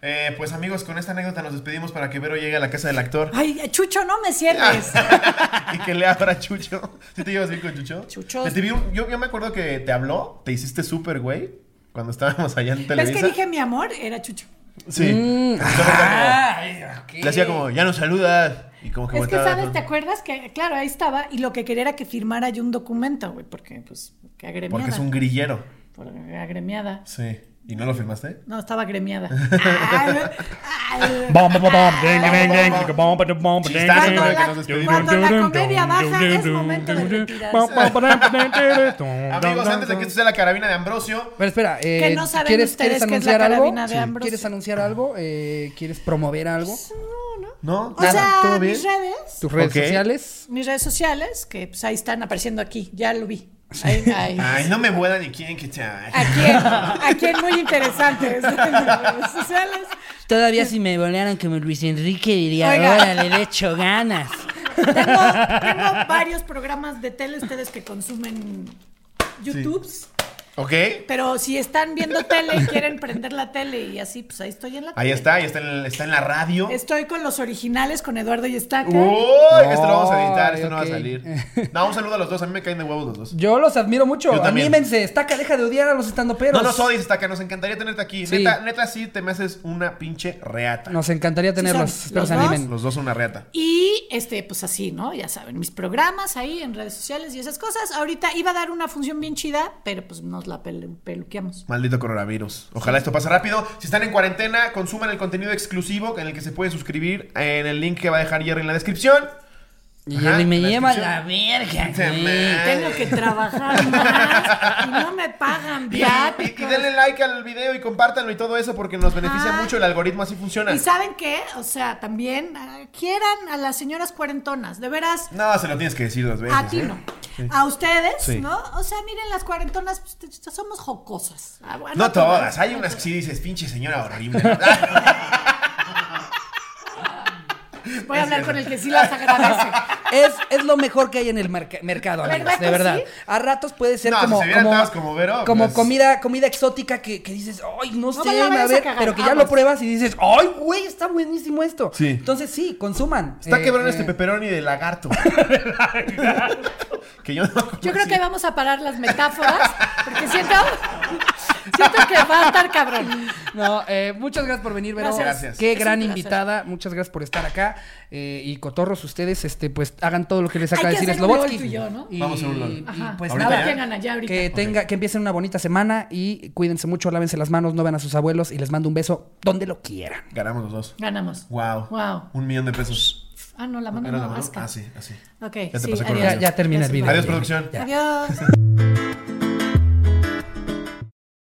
Eh, pues amigos, con esta anécdota nos despedimos para que Vero llegue a la casa del actor Ay, Chucho, no me cierres. Ah, y que le abra a Chucho. ¿Sí te llevas bien con Chucho? Chucho. Te- te vi un- yo, yo me acuerdo que te habló, te hiciste súper, güey, cuando estábamos allá en ¿Ves Televisa. que dije mi amor? Era Chucho. Sí. Mm, Entonces, era ay, ok. como- le hacía como, ya nos saludas. Y como que Es que, volteaba, ¿sabes? ¿no? ¿Te acuerdas que, claro, ahí estaba y lo que quería era que firmara yo un documento, güey, porque, pues, que agremiada. Porque es un grillero. Porque agremiada. Sí. ¿Y no lo firmaste? No, estaba [LAUGHS] agremiada. Ah, ah, Chistazo para que nos Cuando la- cuando despedimos. la comedia baja es momento de retirarse. Amigos, antes de que esto sea la carabina de Ambrosio, Pero espera, eh, Que no saben ¿quieres, ustedes ¿quieres qué es la anunciar algo? carabina de Sí. Ambrosio. ¿Quieres anunciar algo? Eh, ¿Quieres promover algo? ¿no? O Nada, sea, ¿todo bien? mis redes, ¿Tus redes Ok. sociales? mis redes sociales, que pues ahí están apareciendo aquí, ya lo vi. Ahí, ahí. Ay, no me vuelan ni quieren que te... ay. Aquí, en- aquí en muy interesantes [LAUGHS] mis redes sociales. Todavía si me volaran como Luis Enrique diría, Oiga. órale, le echo ganas. Tengo, tengo varios programas de tele, ustedes que consumen YouTubes. ¿Ok? Pero si están viendo tele y quieren prender la tele y así, pues ahí estoy en la Ahí tele. está, ahí está en, el- está Oh. en la radio. Estoy con los originales, con Eduardo y Estaca. Uy, esto lo vamos a editar, esto no va a ok. [LAUGHS] salir. No, un saludo a los dos, a mí me caen de huevos los dos. Yo los admiro mucho. Yo también. Anímense, estaca, deja de odiar a los estandoperos. No nos odies, Estaca, nos encantaría tenerte aquí. Sí. Neta, neta, sí te me haces una pinche reata. Nos encantaría tenerlos. son Espero los se dos. animen. Los dos una reata. Y este, pues así, ¿no? Ya saben, mis programas ahí en redes sociales y esas cosas. Ahorita iba a dar una función bien chida, pero pues nos la pelu- peluqueamos. Maldito coronavirus. Ojalá esto pase rápido. Si están en cuarentena, consuman el contenido exclusivo en el que se pueden suscribir en el link que va a dejar Jerry en la descripción. Y Ajá, Jerry me la lleva descripción. la verga. Puta güey. madre. Tengo que trabajar más y no [LAUGHS] me pagan Y, y- y viáticos. denle like al video y compártanlo y todo eso porque nos beneficia Ajá. mucho. El algoritmo así funciona. Y saben qué, o sea, también ah, quieran a las señoras cuarentonas, de veras, No, se lo tienes que decir dos veces. A ti ¿eh? no. A ustedes, Sí. ¿no? O sea, miren, las cuarentonas pues, t- t- somos jocosas. Ah, bueno, No todas, hay unas que sí dices, pinche señora horrible. Ah, ¿verdad? Voy a hablar con el que sí las agradece. [LAUGHS] Es, es lo mejor que hay en el marca- mercado, amigos, ¿Verdad de que verdad. sí? A ratos puede ser No, como, si se vieran como, todas como Vero, como pues- comida, comida exótica que, que dices, ay, no, sé, me la a vayas a ver", cagar, pero que ya vamos. lo pruebas y dices, ay, güey, está buenísimo esto. Sí. Entonces sí, consuman. Está Eh, quebrón eh, este peperoni de lagarto. que yo no Yo creo que vamos a parar las metáforas, porque siento, siento que va a estar cabrón. No, eh, muchas gracias por venir, Vero. Gracias. Gracias. Qué Es un gran placer. invitada. Muchas gracias por estar acá. Eh, y cotorros, ustedes, este, pues hagan todo lo que les acaba Hay de que decir hacer un Slobotsky. LOL tú y yo, ¿no? Y- Vamos a hacer un LOL. y, Ajá. pues ¿Ahorita nada. ya? Tengan allá ahorita. Que, tenga, que empiecen una bonita semana y cuídense mucho, lávense las manos, no vean a sus abuelos y les mando un beso donde lo quieran. Ganamos los dos. Ganamos. Wow. Wow. Un millón de pesos. Ah, no, la mano ¿Era no, la mano? asca. Así, así. Ok, te sí, pasé con adiós. la Ya, ya termina el video. Adiós, producción. Ya. Adiós.